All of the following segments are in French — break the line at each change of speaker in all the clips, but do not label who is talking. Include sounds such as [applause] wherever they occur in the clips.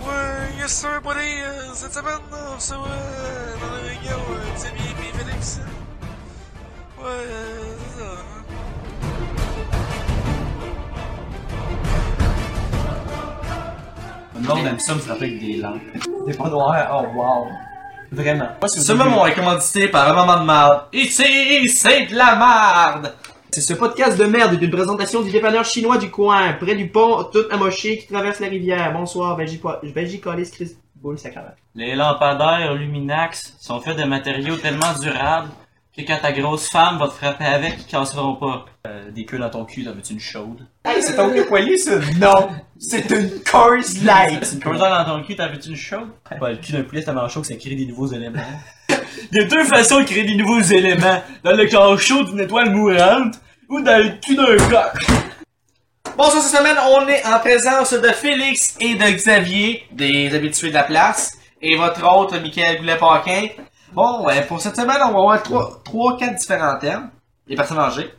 qu'est-ce que ça veut parler euh, cette semaine? On se voit euh, dans le régal, euh, Xavier et Félix. hein. Ouais, euh, c'est ça. hein.
Le monde aime ça me frapper avec des lampes.
Des pas noirs, oh wow. Vraiment. Moi, si vous
Ce
avez-
moment est commandité par un moment de marde. Ici, c'est de la marde!
C'est ce podcast de merde est une présentation du dépanneur chinois du coin, près du pont tout amoché qui traverse la rivière. Bonsoir, ben, Belgique, Belgique, Alice, Chris, Boule, Sacrament.
Les lampadaires Luminax sont faits de matériaux tellement durables que quand ta grosse femme va te frapper avec, ils casseront pas.
Euh, des queues dans ton cul, t'en veux-tu une [laughs] chaude?
Hey, c'est
[laughs]
ton cul poilé, ça? Non! C'est une Coors Light!
Une creuse dans ton cul, t'as vu une chaude?
Ouais, le cul d'un poulet tellement chaud que ça crée des nouveaux éléments.
[laughs] Il y a deux façons de créer des nouveaux éléments. Dans le corps chaud d'une étoile mourante ou dans le cul d'un coq.
Bonsoir cette semaine, on est en présence de Félix et de Xavier, des habitués de la place, et votre autre, Michael Goulet-Paquin. Bon, euh, pour cette semaine, on va avoir trois, trois, quatre différents thèmes. Les personnes âgées,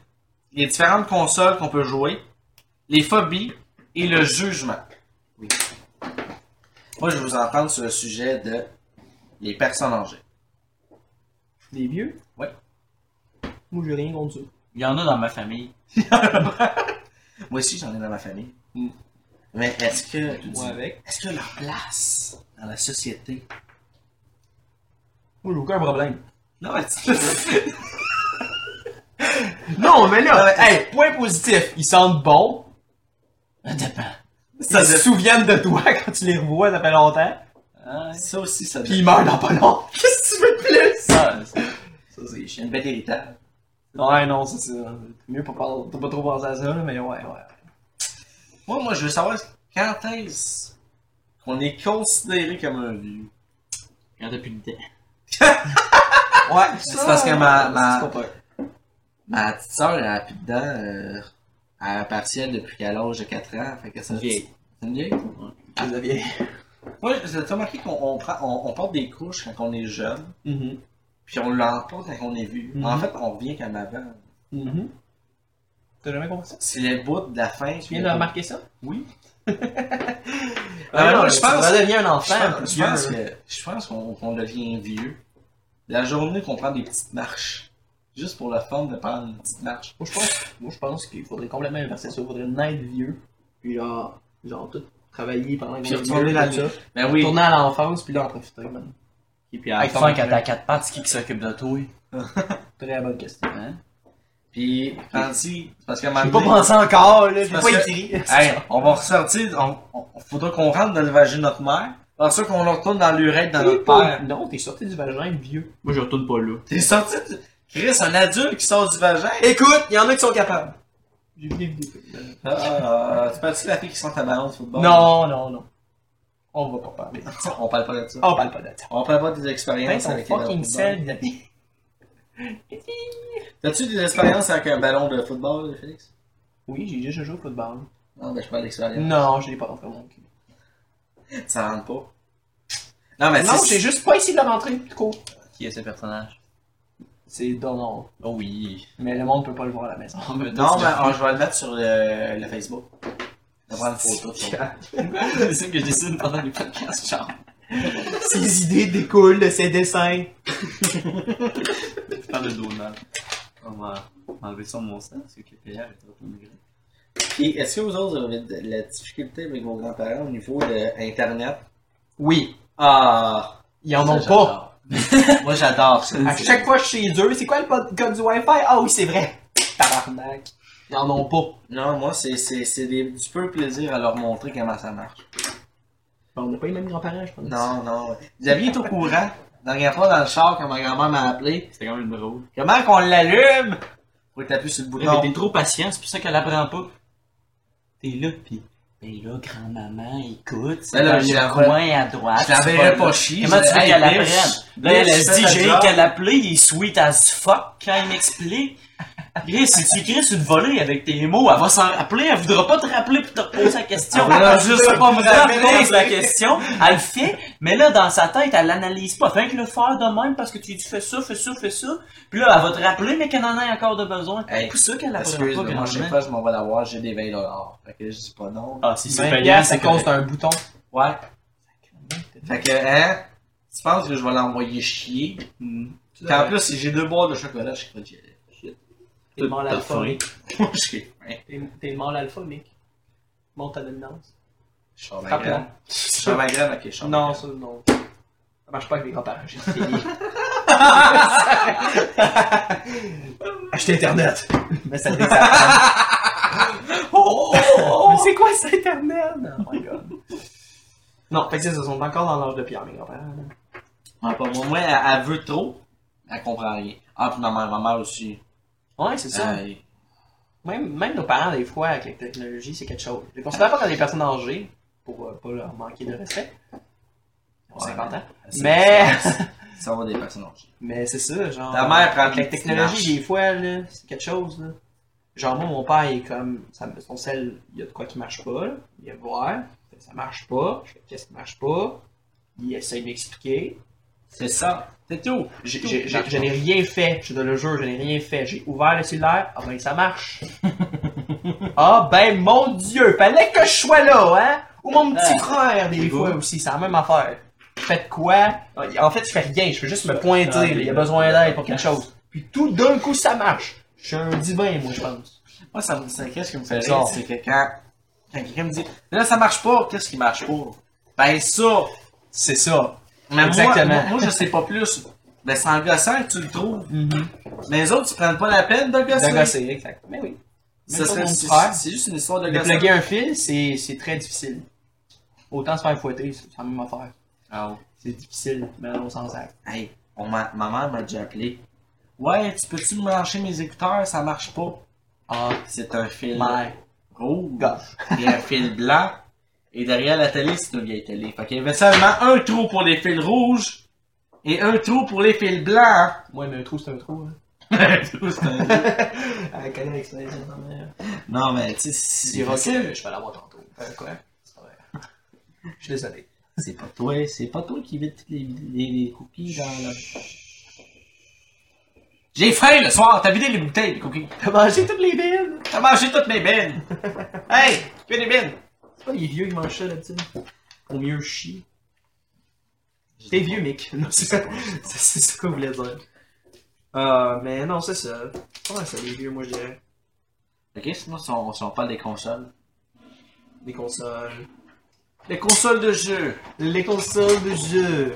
les différentes consoles qu'on peut jouer, les phobies et le jugement. Oui. Moi, je vais vous entendre sur le sujet de les personnes âgées.
Des vieux?
Ouais.
Moi, j'ai rien contre ça.
Il y en a dans ma famille.
[laughs] Moi aussi, j'en ai dans ma famille. Mais est-ce que...
Moi avec.
Est-ce que leur place dans la société
Moi, j'ai aucun problème.
Non, mais tu-
Non, mais là, Euh, hey, point positif, ils sentent bon.
ça,
Ils se souviennent de toi [laughs] quand tu les revois, ça fait longtemps.
ça aussi, ça
Pis ils meurent dans pas longtemps. Qu'est-ce que tu veux de plus?
Ça, ça, ça, c'est j'ai une bête héritage.
Ouais, non, ça c'est mieux pas, parler- t'as pas trop pensé à ça, là, mais ouais, ouais.
Moi, moi, je veux savoir quand est-ce qu'on est considéré comme un vieux.
Quand t'as plus de dents.
Ouais,
c'est parce que ma- ma-
c'est pas peur.
Ma petite soeur, elle a plus dedans, euh, elle a un partiel depuis qu'à l'âge de 4 ans. Fait que ça,
Vieille.
C'est une vieille?
Je le viens.
Moi, vous avez remarqué qu'on on prend- on- on porte des couches quand on est jeune,
Mhm.
puis on l'emporte quand on est vieux.
Mhm.
En fait, on revient comme avant.
Mhm. T'as jamais compris ça?
C'est le bout de la fin.
Tu viens de remarquer ça?
Ah, non,
non,
tu
je pense. Tu deviens un enfant.
Je pense- je pense que- je pense qu'on qu'on devient vieux. La journée qu'on prend des petites marches, juste pour la fun de prendre une petite marche.
Moi, je pense, moi, je pense qu'il faudrait complètement inverser ça. Il faudrait naître vieux, puis genre, genre tout travailler pendant
Puis
qu'on est
retourner
vieux,
dans
tout
le-
ça.
Ben oui.
Retourner à l'enfance, puis là, en profiter, man.
Et puis à la
Hey,
fin,
Frank,
quand
ouais.
t'as quatre pattes, c'est qui qui s'occupe de toi?
Très bonne question.
Hein?
Puis, Francis, c'est parce qu'à un moment
J'ai pas
donné,
pensé encore, là. J'ai
Parce
pas
que-
écrit.
hey, on va ressortir, on, on- faudra qu'on rentre dans le vagin de notre mère. Parce sûr qu'on retourne dans l'urètre de notre père.
Euh, Non, t'es sorti du vagin vieux.
Moi, je retourne pas là.
T'es sorti, de- Chris, un adulte qui sort du vagin.
Écoute, il y en a qui sont capables.
J'ai vu des vidéos. euh,
Ah, tu parles-tu de la fille qui sent ta ballon de football?
Non, non, non. On va pas parler.
On parle pas de ça.
Ah, On parle pas de ça.
On parle pas des expériences
Ton
avec les ballons de
fucking
football.
sel, Xavier.
T'as-tu des expériences avec un ballon de football, Félix?
[laughs] Oui, j'ai déjà joué au football.
Non, ben je parle d'expérience.
Non, je l'ai pas rentré mon cul.
Ça rentre pas. Mm. Non, mais
Non,
tu
j'ai
sais,
juste pas essayé de la rentrer, tout court.
Qui est ce personnage?
C'est Donald.
Oh oui.
Mais le monde peut pas le voir à la maison.
Non, mais on- je vais le mettre sur le, le Facebook. Je vais prendre une photo. de ça.
[laughs]
[laughs]
C'est ça que je dessine pendant les podcasts, genre.
Ses idées découlent de ses dessins.
Je parle de Donald. On va enlever son monstre, parce que PPR est trop migré.
Puis, est-ce que vous autres avez de la difficulté avec vos grands-parents au niveau de Internet?
Oui.
Ah!
Ils en ont
ça,
pas.
[laughs] j'adore. Moi, j'adore ça.
À chaque fois chez eux, c'est quoi le pod- code du Wi-Fi? Ah oui, c'est vrai. Tabarnak. Ils en ont pas.
Non, moi, c'est, c'est, c'est des- du peu plaisir à leur montrer comment ça marche.
Ben, On n'a pas les mêmes grands-parents, je pense.
Non, non. Xavier est au courant. Dernière fois dans le char que ma grand-mère m'a appelé.
C'était quand même drôle.
Comment qu'on l'allume? Faut que t'appuies sur le
Ouais, mais
bouton.
t'es trop patient, c'est pour ça qu'elle apprend pas. T'es là, pis. Ben là, grand-maman, écoute, c'est
Ben là,
dans
je la
le
vois-
coin à droite.
Je la
c'est
verrais
là.
pas chier.
Comment tu
Je
veux
dirais,
qu'elle
Hey, bitch,
apprenne? Là, elle
bitch,
elle se
fais
dit,
ta
j'ai
job.
rien qu'à l'appeler, il est sweet as fuck quand il m'explique. Chris, si tu écris sur une volée avec tes mots, elle va s'en rappeler, elle voudra pas te rappeler pour te reposer la question.
Elle voudra
juste
pas me rappeler.
pose la question, elle le fait, mais là, dans sa tête, elle l'analyse pas. Fait que le faire de même parce que tu lui dis fais ça, fais ça, fais ça. Puis là, elle va te rappeler, mais qu'elle en a encore de besoin.
Hey,
C'est pour ça qu'elle apprend pas
Excuse-moi, moi, je sais
grand-mère.
pas, je m'en vais l'avoir, j'ai des 20 dollars. Fait que je dis pas non.
Ah, si
Ben, gars, ça cause d'un bouton.
Ouais. Fait que, hein, tu penses que je vais l'envoyer chier? Puis en plus, j'ai deux boîtes de chocolat, je sais pas, j'ai [laughs]
T'es mort
t'as faim.
l'alpha,
j'ai faim.
T'es t'es mort l'alpha, mec. Monte ta dominance.
Je sors ma
Frappe-la.
graine. Je sors ma graine, ok, je sors ma
Ah, Non,
graine.
ça, non. Ça marche pas avec les grands-parents, j'ai essayé. [laughs]
Achetez Internet.
Mais ça désapprend. [laughs] oh, oh, oh, Mais c'est quoi cet internet? Oh my god. Non, fait que ça, ils sont encore dans l'âge de pierre, mes grands-parents.
Ah, pas moi, moi, elle, elle veut trop. Elle comprend rien. Ah, puis ma mère, ma mère aussi.
Ouais, c'est ça.
Euh,
Même, même nos parents, des fois, avec la technologie, c'est quelque chose. Je les considère pas comme des personnes âgées, pour euh, pas leur manquer de respect. Ils ont
Ouais.
50 ans.
c'est-
Mais-
c'est- Ça va des personnes âgées.
[laughs] Mais c'est ça, genre.
Ta mère prend
avec la
des petites
technologie,
marches.
des fois, là, c'est quelque chose, là. Genre, moi, mon père, il est comme. Ça, me- son sel, il y a de quoi qui marche pas, là. Il vient me voir. il fait, Ça marche pas. Je fais, qu'est-ce qui marche pas? Il essaie de m'expliquer.
C'est ça. C'est tout.
J'ai- j'ai- j'ai- Je n'ai rien fait. Je te le jure, je n'ai rien fait. J'ai ouvert le cellulaire. Ah ben, ça
[laughs]
marche. ah ben, mon Dieu, fallait que je sois là, hein? Ou mon petit
Ah.
frère, des
C'est
fois
beau.
aussi, c'est la même affaire. Faites quoi? Ah, En fait, je fais rien. Je fais juste me pointer.
Ah,
là. Il y a besoin d'aide pour quelque chose. Puis tout d'un coup, ça marche. Je suis un divin, moi, je pense.
Moi, ça me, c'est, qu'est-ce qui me fait
Bizarre.
rire, c'est que quand, quand quelqu'un me dit, là, ça marche pas, qu'est-ce qui marche pas? Ben, ça.
C'est ça.
Mais moi-
Exactement.
Moi, moi, je sais pas plus. Ben, c'est engossant que tu le trouves. Mais les autres, ils prennent pas la peine de gosser.
Mhm. De gosser, exact. Mais oui.
Ça
Même pas
serait-
mon
c'est,
frère.
c'est juste une histoire de
De
gosser.
plugger un fil, c'est c'est très difficile. Autant se faire fouetter, c'est la même affaire.
Ah ouais.
C'est difficile, mais on s'en sert.
Hey, on m'a- ma mère m'a déjà appelé. Ouais, tu peux-tu me brancher mes écouteurs? Ça marche pas.
Ah,
C'est un fil
merde.
rouge
Gosh.
et un fil blanc. Et derrière la télé, c'est une vieille télé. Fait qu'il y avait seulement un trou pour les fils rouges et un trou pour les fils blancs.
Ouais, mais un trou, c'est un trou. Hein.
C'est un-
Elle connaît l'expérience de mère.
non, mais tu sais, c'est
C'est
facile.
facile, je vais l'avoir tantôt. Euh, quoi? C'est vrai. [laughs] Je suis désolé.
C'est pas toi, c'est pas toi qui vide toutes les, les- les cookies dans la... J'ai faim le soir, t'as vidé les bouteilles de cookies.
T'as mangé toutes les billes?
T'as mangé toutes mes bennes. hey, tu veux des bennes?
C'est pas les vieux qui mangent ça, là-dessus. Au mieux, chier. T'es vieux, Mick. Non, [laughs] c'est ça. C'est c'est ça qu'on voulait dire. Ah, mais non, c'est ça. Ouais, c'est les vieux, moi, je dirais.
Ok, sinon si on, si on parle des consoles.
Les consoles.
Les consoles de jeu.
Les consoles de jeu.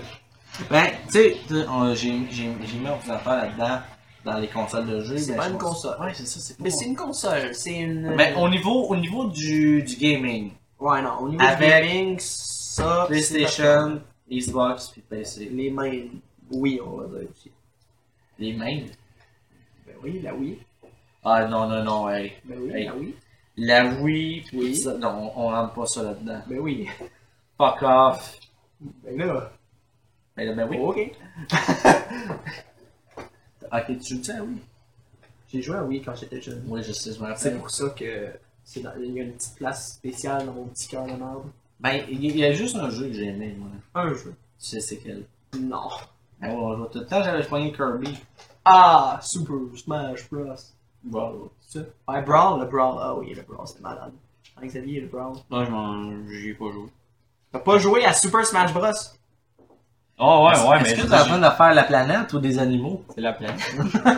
Ben, tu sais, tu sais, on- j'ai j'ai- j'ai mis ordinateur là-dedans, dans les consoles de jeu.
C'est
ben,
pas
je
une
pense-
console.
Ouais, c'est ça, c'est pas
Mais c'est une console, c'est une.
Ben, au niveau, au niveau du, du gaming,
Ouais, non, au niveau
Avec
du gaming, ça. c'est
PlayStation, Xbox, puis PC.
Les mains. Oui, on va dire aussi.
Les mêmes.
Ben oui, la oui.
Ah non, non, non, hey.
Ben oui,
Hey.
la oui.
La Wii, puis
Oui.
ça, non, on on rentre pas ça là-dedans.
Ben oui.
Fuck off.
Ben là.
Ben, là, ben oui.
Ok.
Ah, Ok, tu joues ça, oui.
J'ai joué à oui quand j'étais jeune.
Oui, je sais, je me
C'est
rappelle.
pour ça que c'est dans- il y a une petite place spéciale dans mon petit cœur de merde.
Ben, il y- il y a juste un jeu que j'ai aimé, moi.
Un jeu.
Tu sais, c'est quel.
Non.
Ben, on joue tout le temps, j'avais poigné Kirby.
Ah, Super Smash Bros.
Wow.
C'est ça? Ouais, Brawl, le Brawl. Ah oui, le Brawl, c'est malade. Hein, Xavier, le Brawl.
Non, je m'en. J'y ai pas joué.
T'as pas joué à Super Smash Bros?
Ah
Oh, ouais, ouais,
Est-ce que t'es en train de faire la planète ou des animaux?
C'est la planète.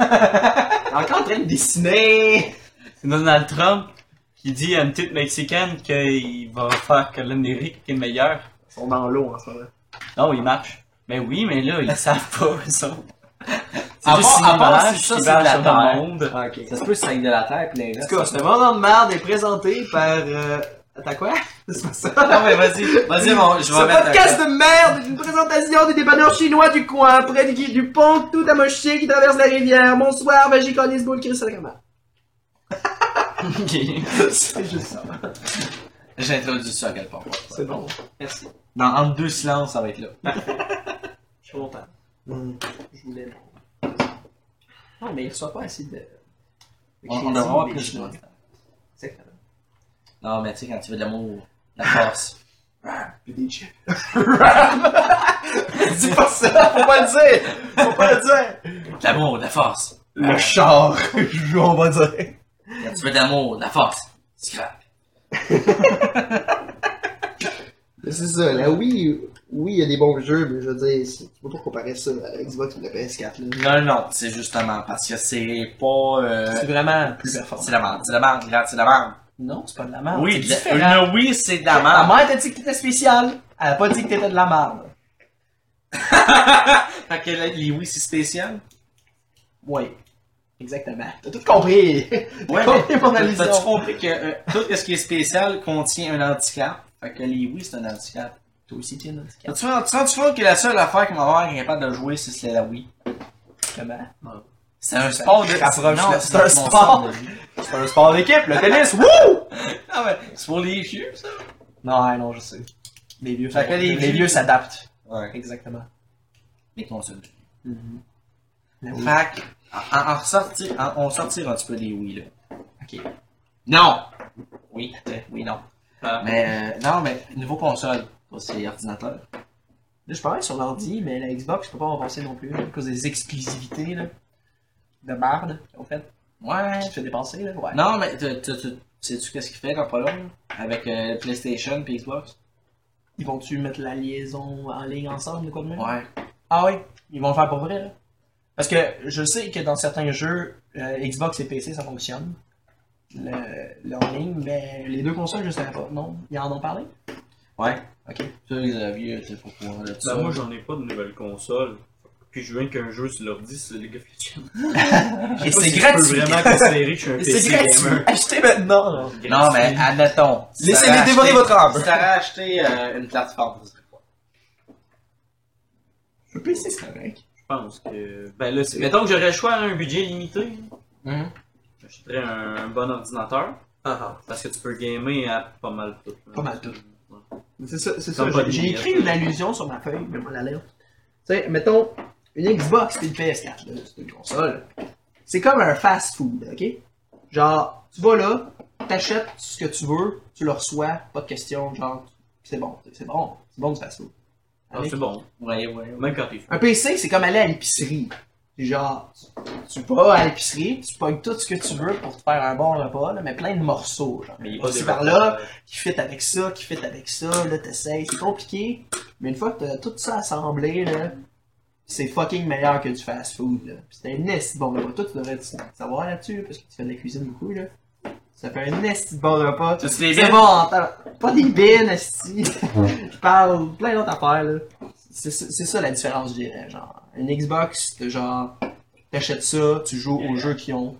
T'es encore en train de dessiner!
C'est Donald Trump qui dit à une petite Mexicaine qu'il va faire que l'Amérique est meilleure.
Ils sont dans l'eau en ce moment.
Non, il marche. Ben oui, mais là, ils savent pas, ça. C'est
[laughs] À
juste
part-
une
à part
image
si ça,
qui
c'est de
parle
la
sur le
terre.
monde.
Ah, ok.
Ça se peut que de la terre, plein
En tout cas, ce moment de merde est présenté par. Euh... Attends quoi? C'est pas ça?
[laughs] Non, mais vas-y, vas-y, mon- je
Ce
vais mettre.
podcast de merde est une présentation des dépanneurs chinois du coin, près du, du pont tout amoché qui traverse la rivière. Bonsoir, Magic Onis Bull, Chris [laughs] Sacrament.
C'est juste ça.
J'ai introduit ça à quel point.
C'est bon. Merci.
Dans entre deux silences, ça va être là.
Je suis content.
Hmm.
Je voulais. Non, mais il reçoit pas assez de. de
On, on
crédit,
devrait avoir
mais
plus
je-
de
Exactement.
Non, mais tu sais, quand tu veux de l'amour, la force.
Le DJ.
[laughs] Dis pas ça, faut pas le dire! Faut pas le dire!
De l'amour, de la force.
Le char, [laughs] on va dire.
[laughs]
Quand tu veux de l'amour, de la force. Scrap.
C'est ça, la Wii, oui, il y a des bons jeux, mais je veux dire, c'est- tu peux pas comparer ça à la Xbox ou la PS4. Là.
Non, non, c'est justement parce que c'est pas. euh,
C'est vraiment plus
c'est
performant.
la merde, c'est la merde, regarde, c'est la merde.
Non, c'est pas de la merde. Ah,
Oui,
c'est
de-
différent.
une oui, c'est de la
Ah,
Ta
merde.
mère t'a dit que t'étais spécial. Elle a pas dit que t'étais de la merde.
Fait que la- les oui,
[laughs]
c'est spécial.
Oui. Exactement.
T'as tout compris!
Ouais,
Compris
mais
mon
t'as-
allusion.
t'as-tu compris que euh, tout ce qui est spécial contient un handicap? Fait que les oui, c'est un handicap.
[laughs] Toi aussi, t'es un handicap.
T'as-tu rendu compte que la seule affaire que ma mère est capable de jouer, c'est- c'est la oui?
Comment?
C'est un sport de...
rapproche
Non,
le-
c'est
c'est
un
un
sport!
C'est un sport d'équipe, le tennis! Wouh!
Ah ouais, c'est pour les vieux, ça?
Non, hein, non, je sais. Les vieux,
Fait que les
les,
vieux-
vieux s'adaptent.
Ouais.
Exactement.
Les consoles.
Mm-hmm. La Wii.
Fait que, en- en- en ressorti- en- on sortira un petit peu des oui, là. OK. Non! Oui, euh, oui, non.
Ah.
Mais, euh, non, mais, nouveau console. Toi, c'est ordinateur.
Là, je parlais sur l'ordi, mais la Xbox, je peux pas en penser non plus, là, à cause des exclusivités, là. De merde, au fait.
Ouais.
Qui te fait dépenser, là, ouais.
Non, mais, tu- tu- tu- sais-tu qu'est-ce qu'il fait quand pas long? Avec euh, PlayStation puis Xbox?
Ils vont-tu mettre la liaison en ligne ensemble, ou quoi de même?
Ouais.
Ah oui, ils vont le faire pour vrai, là. Parce que je sais que dans certains jeux, euh, Xbox et PC, ça fonctionne. Le, le en ligne, mais les deux consoles, je savais pas. Non, ils en ont parlé?
Ouais.
Ok.
Ça, Xavier, c'est pas pour Ben, moi, là, tout
Bah,
ça.
moi, j'en ai pas de nouvelle console. Puis je viens qu'un jeu sur l'ordi, c'est League of Legends.
Et c'est
Ah, Je
gratuit!
peux vraiment considérer que je suis un
C'est
PC
gratuit!
gamer.
Achetez maintenant, là!
Non, mais, admettons. si t'avais
Laissez-les
acheté-
dévorer votre âme!
Si t'aurais acheté euh, une plateforme, ça serait quoi?
Le PC, c'est correct.
Je pense que. Ben là, c'est- mettons que j'aurais le choix à un budget limité.
Mhm.
J'achèterais un bon ordinateur. Parce que tu peux gamer à pas mal tout.
Pas mal tout.
C'est ça, c'est
Comme
ça.
pas de
j'ai- J'ai
lumière.
écrit une allusion sur ma feuille, mais moi la lèvre. Tu sais, mettons, une Xbox et une PS4, là, c'est une console. C'est comme un fast-food, ok? Genre, tu vas là, t'achètes ce que tu veux, tu le reçois, pas de question, genre, c'est bon, c'est bon, c'est bon du fast-food.
Ah, c'est bon.
Ouais, ouais.
Même quand t'es fou.
Un PC, c'est comme aller à l'épicerie. C'est Genre, tu vas à l'épicerie, tu pognes tout ce que tu veux pour te faire un bon repas, là, mais plein de morceaux, genre.
Mais il est
Aussi
développé.
par là,
euh,
qui fit avec ça, qui fit avec ça, là, t'essayes, c'est compliqué. Mais une fois que t'as tout ça assemblé, là, c'est fucking meilleur que du fast-food, là. Puis C'est un esti bon repas. Toi, tu devrais te savoir là-dessus, là, parce que tu fais de la cuisine beaucoup, là. Ça fait un esti bon repas.
Ça, c'est les
C'est bon, attends, pas des bines, esti. Je parle plein d'autres affaires, là. C'est ça c'est ça la différence, je dirais, genre. Une Xbox, t'as genre, t'achètes ça, tu joues aux jeux qui ont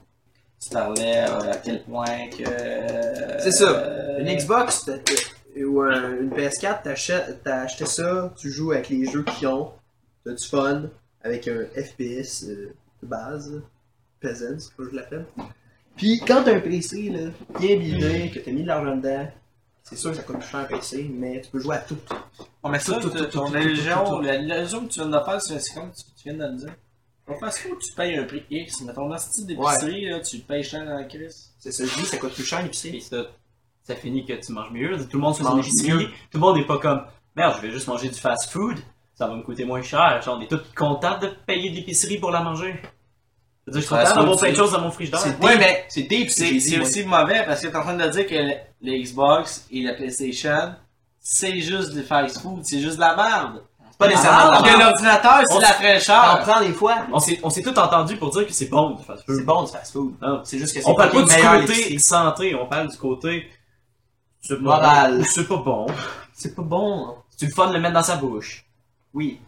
tu parlais euh, à quel point que. euh,
C'est ça.
euh,
Une Xbox t'as- t'as- ou euh, une PS4, t'achètes- t'as acheté ça, tu joues avec les jeux qui ont, t'as du fun, avec un FPS euh, de base, Peasant, c'est pas je l'appelle. Puis quand t'as un PC là, bien bidé, que t'as mis de l'argent dedans, c'est sûr que ça coûte plus cher un PC, mais tu peux jouer à tout.
On met ça,
Tout, tout,
ton-
tout,
ton
tout, tout, tout,
allusion,
tout.
la- l'allusion que tu viens de faire, c'est c'est comme tu tu viens de le dire. On fait ça où tu payes un prix X, mettons, dans ce type d'épicerie, là, tu le payes cher dans la crise.
C'est ça, je dis, ça coûte plus cher l'épicerie.
Et ça, ça finit que tu manges mieux. Tout le monde se
Tu manges
mange mieux. Tout le monde n'est pas comme merde, je vais juste manger du fast food. Ça va me coûter moins cher. Genre, on est tous contents de payer de l'épicerie pour la manger. Je veux dire, je suis
Fast
content d'avoir
food,
plein de
c'est-
choses dans mon frigidaire.
Ouais, mais
C'est deep,
c'est c'est aussi mauvais parce que t'es en train de dire que le- les Xbox et la PlayStation, c'est juste des fast food, c'est juste de la merde. C'est pas
Ah,
nécessairement
merde.
de la merde. Que l'ordinateur, c'est
On
de la
On
fraîcheur.
prend des fois,
On s'est on s'est tous entendus pour dire que c'est bon du fast
c'est
food.
bon du fast-food.
Ah.
C'est juste que c'est
On parle pas
fucking meilleur,
du côté
l'épicerie.
santé, on parle du côté. C'est bon.
Moral.
C'est pas bon.
C'est pas bon.
C'est le fun de le mettre dans sa bouche.
Oui.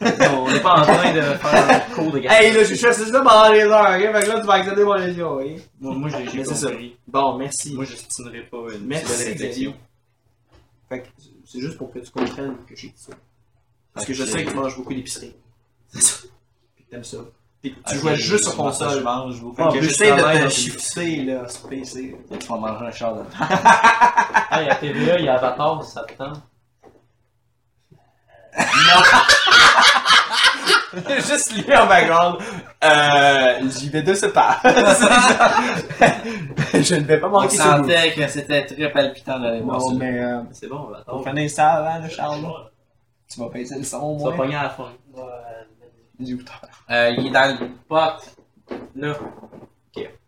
on n'est pas en train de faire un cours de gâteau.
Hey là, je suis assez ça pendant les heures, ok? Fait que là, tu vas accepter mon lésion, ok?
Moi, moi, j'ai j'ai
Mais c'est ça.
compris.
Bon, merci.
Moi, je stinerai pas une
Merci,
belle
Xavier.
réflexion.
Fait que c'est juste pour que tu comprennes que j'ai dit ça. Parce que je
Ok.
sais que tu manges beaucoup [laughs] d'épicerie. Puis que t'aimes ça. Ah, Puis que tu
Ok,
jouais juste sur
moi, ça,
console.
Je mange beaucoup.
Fait
Ah,
que
en plus,
j'essaie
je travaille
de te
dans
chiffrer, là, sur [laughs] PC.
Tu vas manger un char de
Hey, à TVA, il y a Avatar, ça te tente.
Juste lui en background. Euh, j'y vais de ce pas. je ne vais pas
[laughs] On
manquer ce goût.
sentait que c'était très palpitant d'aller voir
Non,
ça.
mais euh,
C'est bon, Avatar.
on connaît ça avant, là, Charles. là. Tu vas payer le son, au
Tu vas
moins.
pogner à la fin.
Les écouteurs.
Euh, il est dans le pot, là.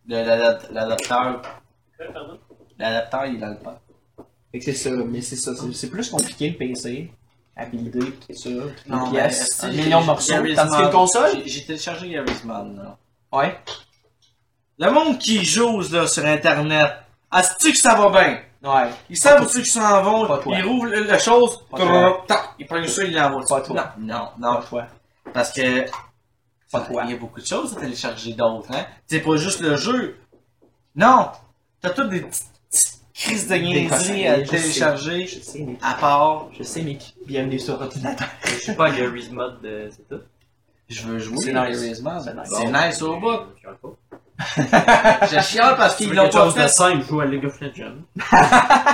De l'adap- l'adapteur. L'adapteur, il est dans le pot.
Fait que c'est ça, mais c'est ça. C'est, c'est plus compliqué le PC. Habilité, tout ça.
Non,
Une
mais,
pièce,
euh,
un
j'ai-
million de
j'ai-
morceaux.
j'ai
Tandis que
Reasonable.
le console,
J'ai- J'ai téléchargé Gary's Man, là.
ouais.
Le monde qui joue là, sur Internet, asti que ça va bien.
Ouais.
Ils savent où qu'ils s'en
Pas
vont,
toi.
ils rouvrent la chose,
Pas toi.
tac, ils prennent ça, ils l'envoient.
Pas toi.
Non, non,
Non,
non.
toi.
Parce que
Pas toi.
il y a beaucoup de choses à télécharger d'autres, hein. C'est pas juste le jeu. Non! T'as toutes des petites petites crises de niaiseries
conseils,
à
je sais.
télécharger,
Je sais, Nick.
à part,
Je sais, Nick. Bienvenue sur ordinateur.
Je suis pas à Gary's Mod, euh, c'est tout.
je veux jouer.
C'est nice.
Man.
C'est nice.
Ah, C'est nice au bout.
Je suis pas.
Je chiale parce
Tu
qu'ils
veux
l'ont
quelque
pas
chose de
fait.
simple, joue à League of Legends.
[laughs]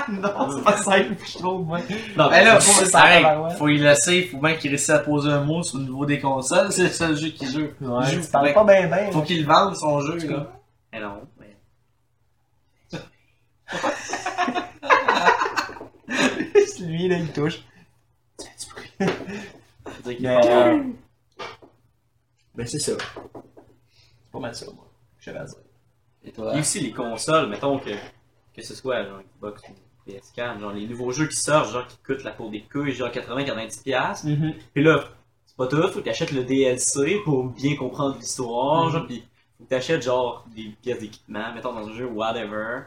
non, c'est pas simple, je trouve, moi.
Non,
Ben là,
C'est
faut,
ça,
arrête,
tabarouette.
faut y laisser, faut bien qu'il réussisse à poser un mot sur le niveau des consoles, c'est le seul jeu qu'il joue.
Ouais,
Joue,
tu parles
mec.
pas hein. bien, bien.
Faut qu'il vende son jeu, là.
Mais non, mais.
[laughs] Lui, là, il touche.
Faut dire qu'il
Mais, euh,
Ben, c'est ça.
c'est pas mal ça, moi. J'avais à dire.
Et
Il
toi?
y a aussi les consoles, mettons que, que ce soit genre Xbox ou PS4, genre les nouveaux jeux qui sortent, genre qui coûtent la peau des couilles, genre 80-90$. piastres.
Mhm.
Puis là, c'est pas tout, faut que t'achètes le DLC pour bien comprendre l'histoire, genre, pis faut que t'achètes genre des pièces d'équipement, mettons dans un jeu, whatever.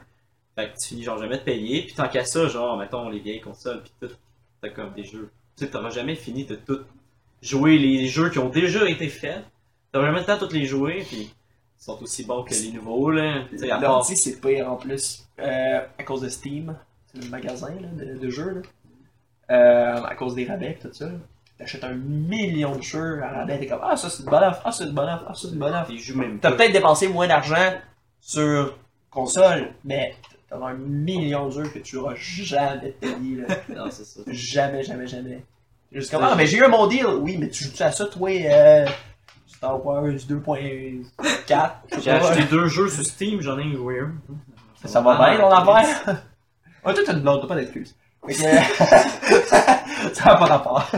Fait que tu finis genre jamais de payer, puis tant qu'à ça, genre, mettons les vieilles consoles, pis tout, t'as comme des jeux. Tu sais, t'auras jamais fini de tout jouer les jeux qui ont déjà été faits. T'auras jamais le temps de tous les jouer, pis ils sont aussi bons que les nouveaux, là. Tu sais, à part
L'ordi, c'est pire en plus. Euh, à cause de Steam, c'est le magasin là, de, de jeux. Là. Euh, à cause des rabais et tout ça. là. T'achètes un million de jeux à rabais, t'es comme Ah, ça c'est une bonne offre, ah, ça c'est une bonne offre, ah, ça c'est une bonne offre.
les jeux même
T'as
pas.
peut-être dépensé moins d'argent sur console, mais t'as un million de jeux que tu auras jamais payé. [laughs] Là.
Non, c'est ça.
Jamais, jamais, jamais. Juste comme, ah, mais j'ai eu mon deal. Oui, mais tu joues à ça, toi, euh, Star Wars 2.4.
J'ai acheté deux jeux sur Steam, j'en ai joué un.
Ça va bien, ton affaire? Ah, toi, t'as une blonde, t'as pas d'excuse. Fait [laughs] que- ça n'a pas rapport.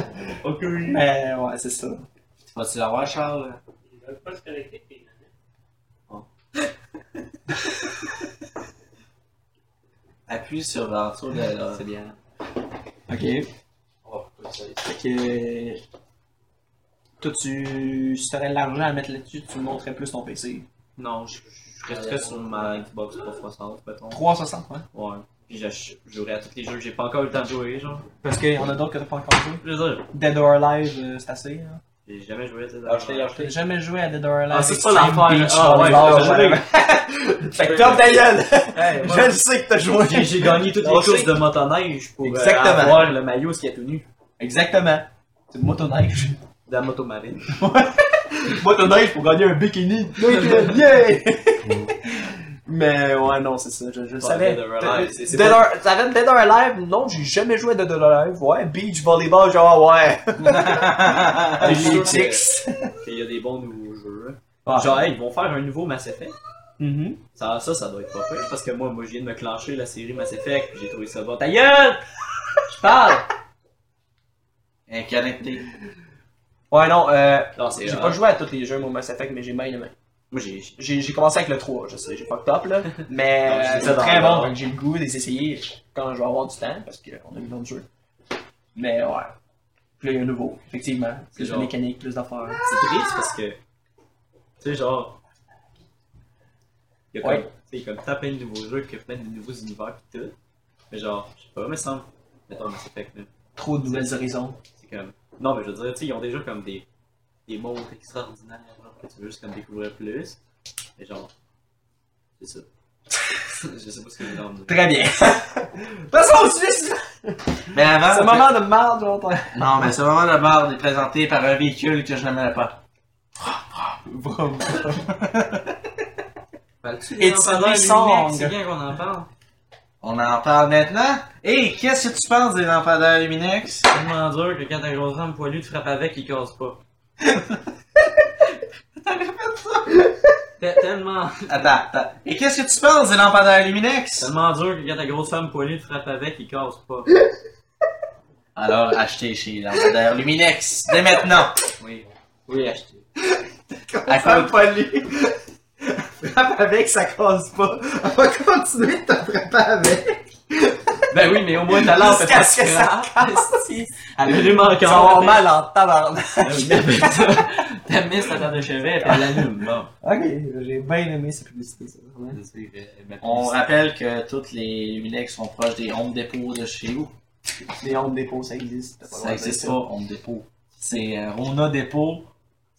Ok.
Mais ouais, c'est ça.
Tu vas-tu l'avoir, Charles? Oh. [laughs] Appuie sur le dessous de la...
C'est bien.
Ok. Fait que. Toi, tu. Si t'aurais de l'argent à mettre là-dessus, tu montrais plus ton PC.
Non, je, je resterais sur ma Xbox 360, mettons.
360, ouais.
Ouais. Puis je je jouerais à tous les jeux que j'ai pas encore eu le temps de jouer, genre.
Parce qu'il y en a d'autres que t'as pas encore joué.
Je veux dire,
Dead or Alive, euh, c'est assez. hein.
j'ai jamais joué à ces
J'ai jamais joué à Dead or Alive.
Ah, c'est pas
Extreme
l'affaire,
Beach
ah, ouais,
Volleyball,
j'ai joué.
whatever. Fait que top ta gueule!
Hey, moi,
Je le sais que t'as joué!
j'ai-
[laughs]
J'ai gagné toutes
On
les courses
sait.
de motoneige pour euh,
Exactement.
avoir le maillot qui est tout nu.
Exactement. C'est une [laughs] motoneige.
De la moto marine.
motoneige pour gagner un bikini. Yeah! Mais ouais, non, c'est ça. Je, je savais.
Dead or Alive, c'est- c'est
Dead
pas-
or- T'avais Dead or Alive? Non, j'ai jamais joué à Dead or Alive. Ouais, beach volleyball, genre ouais.
Ah,
Je suis sûr
Les
que-
chicks.
Euh,
Il y a des bons nouveaux jeux. là.
Ah.
Genre, hey, ils vont faire un nouveau Mass Effect.
Mhm.
Ça, ça, ça doit être pas pire, parce que moi, moi, je viens de me clencher la série Mass Effect, puis j'ai trouvé ça bon. Ta gueule! Je parle!
Inconnecté.
Ouais, non, euh,
Non, c'est
j'ai
euh,
pas joué à tous les jeux, mon Mass Effect, mais j'ai bien aimé.
Moi, j'ai... j'ai-
J'ai j'ai commencé avec le 3, je sais, j'ai fucked up là. Mais
Non, je
euh,
dis ça
c'est
dans
très
le
bon,
bon.
fait que j'ai le goût de les essayer quand je vais avoir du temps, parce qu'on a mis d'autres jeux. Mais ouais. Puis là, il y a un nouveau, effectivement. Plus de
genre-
mécanique, plus d'affaires.
C'est triste parce que. Tu sais, genre. Il y a
Ouais.
comme, tu sais, comme tant plein de nouveaux jeux, que plein de nouveaux univers pis tout. Mais genre, je sais pas, mais semble. Mettons Mass Effect, là.
Trop de nouvelles horizons.
C'est comme. Non, mais je veux dire, tu sais, ils ont déjà comme des. Des mondes extraordinaires, genre, que tu veux juste comme découvrir plus. Mais genre. C'est ça. [laughs] je sais pas ce que j'ai dans le
Très bien. [laughs] Passons au sujet suivant.
Mais avant,
Ce moment de marde, j'entends.
non, mais ce moment de barre est présenté par un véhicule que je n'aimerais pas.
Vroom.
Et
It's a song.
C'est bien qu'on en parle.
On en parle maintenant. Et qu'est-ce que tu penses des lampadaires Luminex?
C'est tellement dur que quand ta grosse femme poilue te frappe avec, il casse
[laughs]
pas. T'as tellement,
Attends, attends. Et qu'est-ce que tu penses des lampadaires Luminex?
tellement dur que quand ta grosse femme poilue te frappe avec, il casse pas.
Alors, achetez chez Lampadaire Luminex dès maintenant.
Oui. Oui, achetez.
À
Femme
cause-
polie. Frappe avec, ça casse pas. On va continuer de te frapper avec.
Ben oui, mais au moins, ta lampe est pas
Jusqu'à ce que ça
scrap. Elle allume encore.
Ah, Ça va avoir mal en tabarnak.
T'as mis ta table de chevet, puis elle allume. Bon.
Ok, j'ai bien aimé cette publicité. ça, vraiment.
On rappelle que toutes les Lunex sont proches des Home Depot de chez vous.
Les ondes dépôts, ça existe.
Ça existe pas, Home Depot. C'est euh, Rona Dépôt.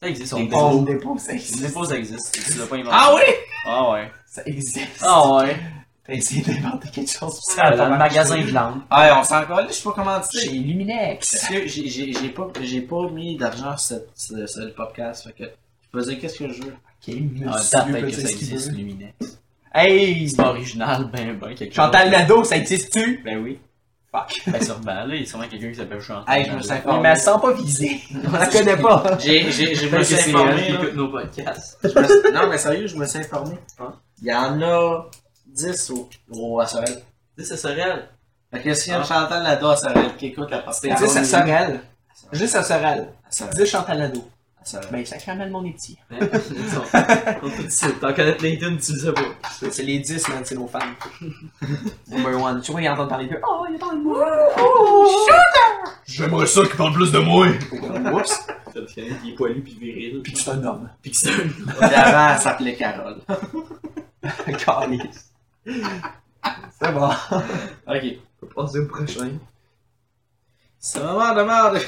Ça existe,
Des
on dépôt.
Ondes dépôts, ça
Les
existe.
dépôts, ça existe. Tu l'as pas inventé.
Ah oui!
Ah ouais.
Ça existe.
Ah ouais.
T'as essayé d'inventer quelque chose pour ça.
Dans le magasin de lampe.
Ah, on s'en colle, je sais pas comment dire.
Luminex.
Parce que j'ai- j'ai j'ai pas, j'ai pas mis d'argent sur, cette- sur- sur le podcast, fait que je faisais qu'est-ce que je veux.
Quel monsieur
Ah, ça
peut
fait que
dire
ça
ce qu'il
existe,
veut.
Luminex.
Hey!
C'est pas original, ben ben, quelque
Chantal Lado, ça existe-tu?
chose. Ben oui. Fuck. Ben sûrement, là, il y a sûrement quelqu'un qui s'appelle Chantal.
Hey, je me
Lado.
suis
Oui,
informé.
mais elle se sent pas visée. On la connaît pas.
J'ai, j'ai, je
Je
me
pense que
suis
c'est elle
informé.
qui
là.
écoute nos podcasts.
Je me suis- Non, mais sérieux, je me suis informé. Il y en a 10 au, au à Sorel.
Tu sais, c'est Sorel.
Fait que si y a une Chantal Lado à Sorel qui écoute la podcast.
Juste Ah. à Sorel. Juste à Sorel.
À Sorel.
Dis Chantal Lado.
À Sorel.
[laughs] Ben, sacrément, le monde est petit.
Hein? Ils sont- ils sont tous ici. T'en connais LinkedIn, tu le sais pas.
C'est les 10, man, c'est nos fans.
[laughs]
Number one. Tu vois, ils entendent parler d'eux. Oh, il est dans le bois. Oh,
J'aimerais ça qu'il parle plus de moi.
Oups.
T'as le chien qui est poilu puis viril.
Puis que c'est un [laughs] homme.
Puis que c'est un.
Puis avant, elle s'appelait Carole.
Calice. C'est bon.
Ok.
On va passer au prochain.
C'est vraiment de merde.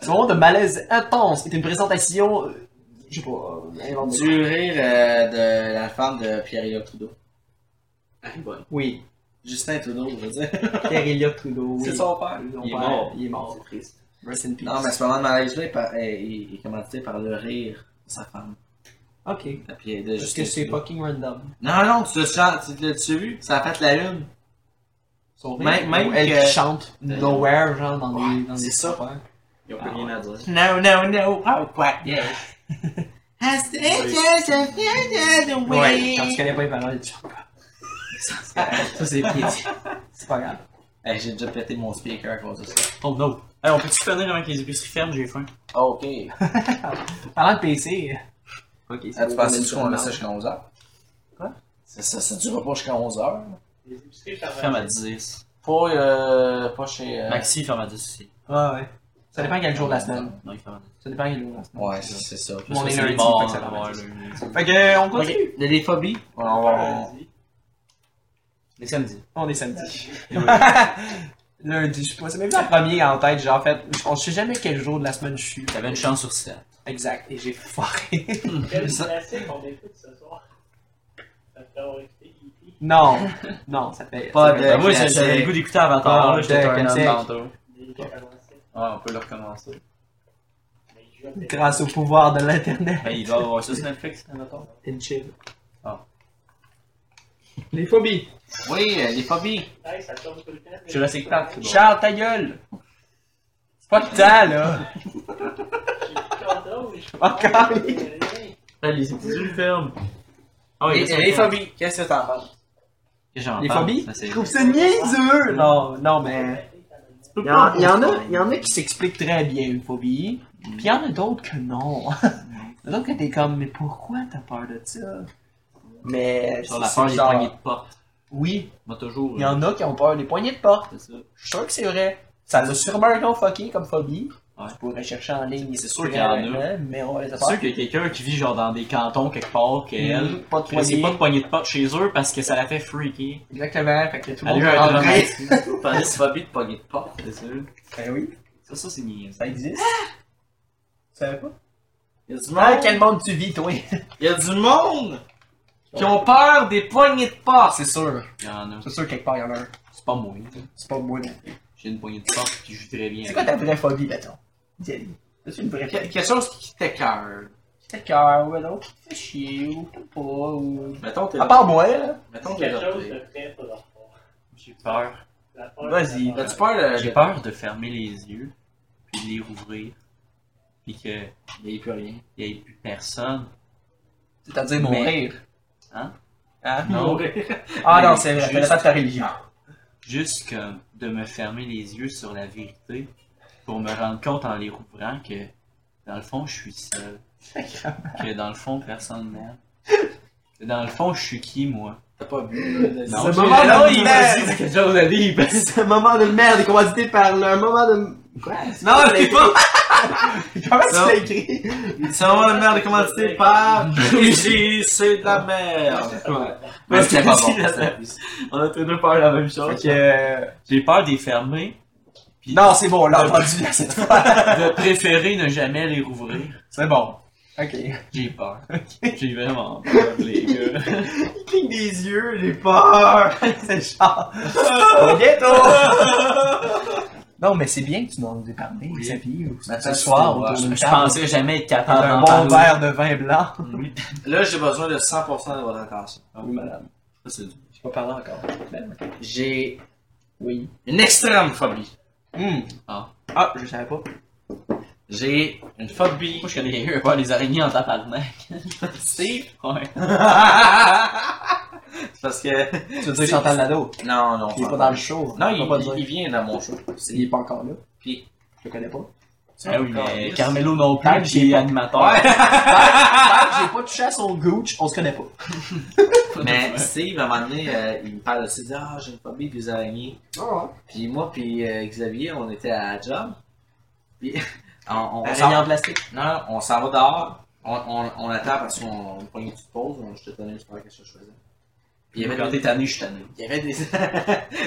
Ce moment de malaise intense est une présentation. euh, Je sais pas. euh, inventée.
Du rire euh, de la femme de Pierre-Éliott Trudeau.
Ah, bon.
Oui.
Justin Trudeau, je veux dire.
Pierre Elliott Trudeau. oui.
C'est son père.
Son
Il est
père,
mort.
Il est mort.
C'est triste.
Rest in peace.
Non, mais ce moment de malaise-là est, par-
eh,
est- est- est commandité par le rire de sa femme.
Ok.
de Pierre- de
Parce que
Justin
c'est
Trudeau.
fucking random.
Non, non, tu l'as tu l'as-tu vu? Ça a fait la lune.
Son
Même- même
ou elle
que-
qui chante nowhere, genre dans les. dans
c'est
les
ça.
affaires.
Ils ont
Ah,
plus rien à dire.
Non, non, non. Oh, quoi? Yeah.
Ouais, quand tu connais pas les paroles, tu chantes.
Ça, c'est pire.
[laughs] C'est pas grave.
Hey, J'ai déjà pété mon speaker à cause de ça.
Oh no. on peut-tu finir avant que les épiceries ferment? J'ai faim.
Ah, Ok.
Parlant de PC,
Ok,
Ah, tu penses
qu'on
qu'on a
a
ça
ça
jusqu'à 11h?
Quoi?
C'est ça, ça dure pas jusqu'à 11h.
ferme à 10.
Pas, euh, pas chez... euh,
Maxi ferme à 10 aussi.
ouais, ouais. Ça dépend quel jour de la semaine.
Non, il ferme à 10.
Ça dépend quel jour de la semaine.
Ouais, c'est c'est ça.
Mon
Ça,
est
c'est
lundi,
mort,
fait que ça ferme à
ouais,
10.
lundi.
Fait que, euh, on continue.
Ok, Il y a des phobies. On va- on-
Les samedis.
On est samedi.
Et oui.
[laughs] Lundi, je sais pas. C'est même pas le premier en tête. Genre, en fait, je- on sait jamais quel jour de la semaine je suis.
T'avais une chance sur 7.
Exact. Et j'ai foiré. [laughs] non. Non, ça fait.
Pas
ça fait-
de-
moi,
classique.
j'avais le goût d'écouter Avatar.
Ah,
là, J'étais
de
un homme
classique.
tantôt. Ouais, on peut le recommencer.
Grâce au pouvoir de l'internet.
Ben, il va avoir ça sur Netflix, Avatar.
And chill.
Ah.
Les phobies.
Oui, euh, les phobies.
Jurassic Park. c'est bon.
Charles, ta gueule. C'est pas le temps, là. Encore.
Ah, Les épiceries ferment. Ah oui,
Les,
qu'est-ce
les
qu'on-
phobies, qu'est-ce que t'en penses?
qu'est-ce que j'en
Les
parle?
phobies?
Ça, c'est-
Je trouve ça niaiseux. Non, non, mais. Il y, en, il y en a, il y en a qui s'expliquent très bien une phobie, puis il y en a d'autres que non. [laughs] Il y en a d'autres que t'es comme, mais pourquoi t'as peur de ça? Mais.
Sur la
c'est
peur des
genre-
poignées de porte.
Oui,
Moi, toujours.
il y en a qui ont peur des poignées de porte.
C'est ça.
Je suis sûr que c'est vrai. Ça l'a sûrement un nom fucké comme phobie.
Ouais.
Tu pourrais chercher en ligne.
C'est sûr qu'il y en a.
hein, Mais on va les
C'est sûr qu'il y a quelqu'un qui vit genre dans des cantons quelque part, qu'elle.
Mhm, Pas de
Elle sait
poignée.
pas de poignée de porte chez eux parce que ça la fait freaky.
Exactement. Fait que tout le
Elle a
monde
eu un
en vrai.
traumatisme.
[laughs]
Vous parlez de phobie de poignée de porte?
C'est ça.
Ben oui,
Ça, ça c'est niaise.
ça existe. Tu savais pas?
Il y a du
Dans
monde,
quel monde tu vis, toi?
il y a du monde qui ont peur des poignées de porte, c'est sûr.
Il y en a.
C'est sûr, quelque part, il y en a un.
C'est pas moi. ça.
C'est pas moi.
J'ai une poignée de porte qui joue très bien.
C'est quoi ta vraie phobie, mettons? Dis-le. C'est une vraie
Que-
phobie.
quelque chose qui t'écœure.
Fait cœur, ou alors qui te fait chier, ou pas, pas, ou...
Mettons t'es
À part moi, là.
Mettons t'es adopté.
J'ai peur.
Vas-y.
T'as-tu
Euh,
peur de.
J'ai
de-
peur de fermer les yeux, puis de les rouvrir, puis que
Il n'y a plus rien.
y ait plus personne.
C'est-à-dire
Mais-
mourir.
Hein?
Hein?
Non.
Ah
Mais
non, c'est vrai,
juste-
c'est pas de ta religion.
Juste que de me fermer les yeux sur la vérité pour me rendre compte en les rouvrant que dans le fond je suis seul. que dans le fond personne m'aime. Que dans le fond je suis qui moi.
T'as pas vu. là,
Non,
le
j'ai-
moment
non,
de
il m'a dit
merde.
[laughs] c'est quelque chose à dire. parce que-
C'est un moment de merde, commandité par le moment de. Quoi?
Non, c'est [laughs] pas.
Comment tu
Non.
l'as écrit?
C'est un moment de merde commandité par. J'ai- C'est de la merde. Mais c'était pas bon.
On a tous deux peur de la même chose.
Fait que, euh,
J'ai peur des fermer.
Non, c'est bon, on l'a entendu à cette fois.
De préférer ne jamais les rouvrir.
C'est bon. Ok.
J'ai peur. J'ai vraiment peur, les gars. [laughs]
Il cligne des yeux, j'ai
[laughs]
peur! c'est genre. Au ghetto!
Non, mais c'est bien que tu nous en aies parlé,
Oui.
Xavier. ou
Ben,
Ce
ça,
soir,
c'est-
autour d'une
Je
table,
pensais jamais être
avec
capable
un
d'en
bon
parler.
verre de vin blanc.
Ah
Oui.
[laughs] Là, j'ai besoin de 100% de votre attention.
Ah oui, madame.
Ça, c'est dur.
Je vais parler encore.
J'ai
Oui.
une extrême phobie.
Ah, je savais pas.
J'ai une phobie.
Moi, je connais quelqu'un qui a peur des araignées en tabarnak.
[laughs] Steve.
Ouais.
C'est parce que.
Tu veux dire Chantal Lado?
Non, non.
Il est pas dans le show.
Non,
On va pas
il,
dire.
il vient dans mon show.
Il est pas encore là.
Puis-
Je le connais pas.
Ah oui, mais
Encore.
Carmelo non
Ah,
plus,
j'ai
qui est
pas-
animateur.
Ah, j'ai pas touché à son gooch, on se connaît pas. [laughs]
Mais Steve, à un moment donné, euh, il me parle aussi, il dit, ah, j'ai une phobie des araignées.
Ah,
Puis moi, puis euh, Xavier, on était à la job. Puis [laughs] on, on, on s'en
Araignée en plastique.
non, non, on s'en va dehors. On, on, on attend parce qu'on on prend une petite pause. On, je te donnais juste qu'est-ce que je faisais. Puis il y avait,
Quand t'es
des,
tanné, je suis tanné.
il y avait des, [laughs]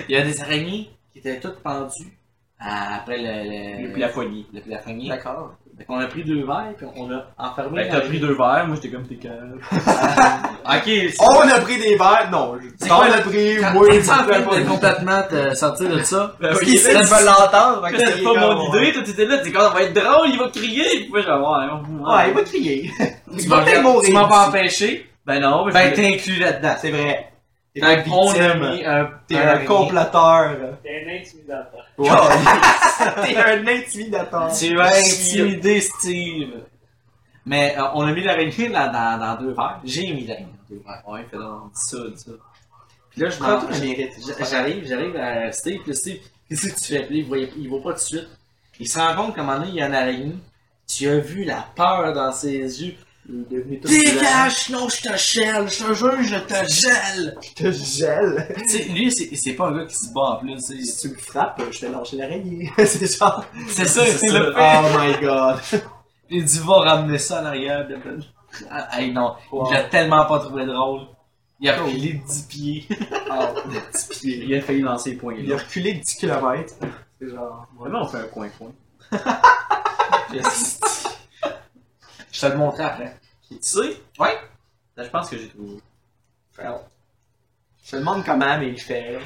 il y avait des araignées qui étaient toutes pendues à- après le,
Et
le,
puis la folie.
le plafonier.
D'accord.
Fait qu'on a pris deux verres, puis on l'a enfermé.
Ben, t'as pris deux verres, moi, j'étais comme t'es calme.
Ok, c'est
Oh, On a pris des verres, non. je-
C'est
On
quoi,
a pris,
Quand-
moi,
t'es-tu en train
je
de complètement te sortir de ça.
Ben,
Parce qu'il sait que tu vas l'entendre. fait que
C'était
c'est
pas
comme,
mon
ouais.
idée, toi t'étais là, t'es comme, ça va être drôle, il va crier, puis moi j'ai
Ouais, il
avoir
va crier.
Tu m'as
peut-être
tu
mourir
m'as pas
d'ici.
empêché.
Ben non, ben,
Ben
je voulais-
t'es inclus là-dedans.
C'est vrai. T'es
Fait
une
qu'on a
victime.
mis un,
T'es un comploteur.
T'es un intimidateur.
[laughs] T'es un intimidateur.
Tu vas intimider Steve. Mais euh, on a mis l'araignée dans, dans, dans deux verres. J'ai mis l'araignée dans deux verres. Ouais, fait dans dis ça, dis ça. Puis là, Ah, je m'en-
Prends-toi le mérite.
j'- j'arrive, j'arrive à Steve, puis là, Steve, qu'est-ce que tu fais? Puis là, il voit, il voit pas tout de suite. Il se rend compte qu'à un moment donné, il y a une araignée. Tu as vu la peur dans ses yeux.
Il est devenu tout blanc.
Dégage, non, je te gèle, je te jure, je te gèle.
Je te gèle.
Tu sais, lui, c'est c'est pas un gars qui se bat en plus. c'est-
Si tu me frappes, je te lâche l'araignée. [laughs] c'est genre.
C'est ça, c'est
ça.
le fait.
Oh my god.
Il dit va ramener ça en arrière. blablabla. Ah, hey, non, il l'a tellement pas trouvé drôle. Il a pilé 10 pieds.
il a failli lancer les points.
Il a reculé de 10 km. C'est genre.
Vraiment, on fait un coin-coin.
[laughs] Je te le montrerai après.
Tu sais?
Ouais.
Là, je pense que j'ai trouvé.
Je me demande comment, mais il fait.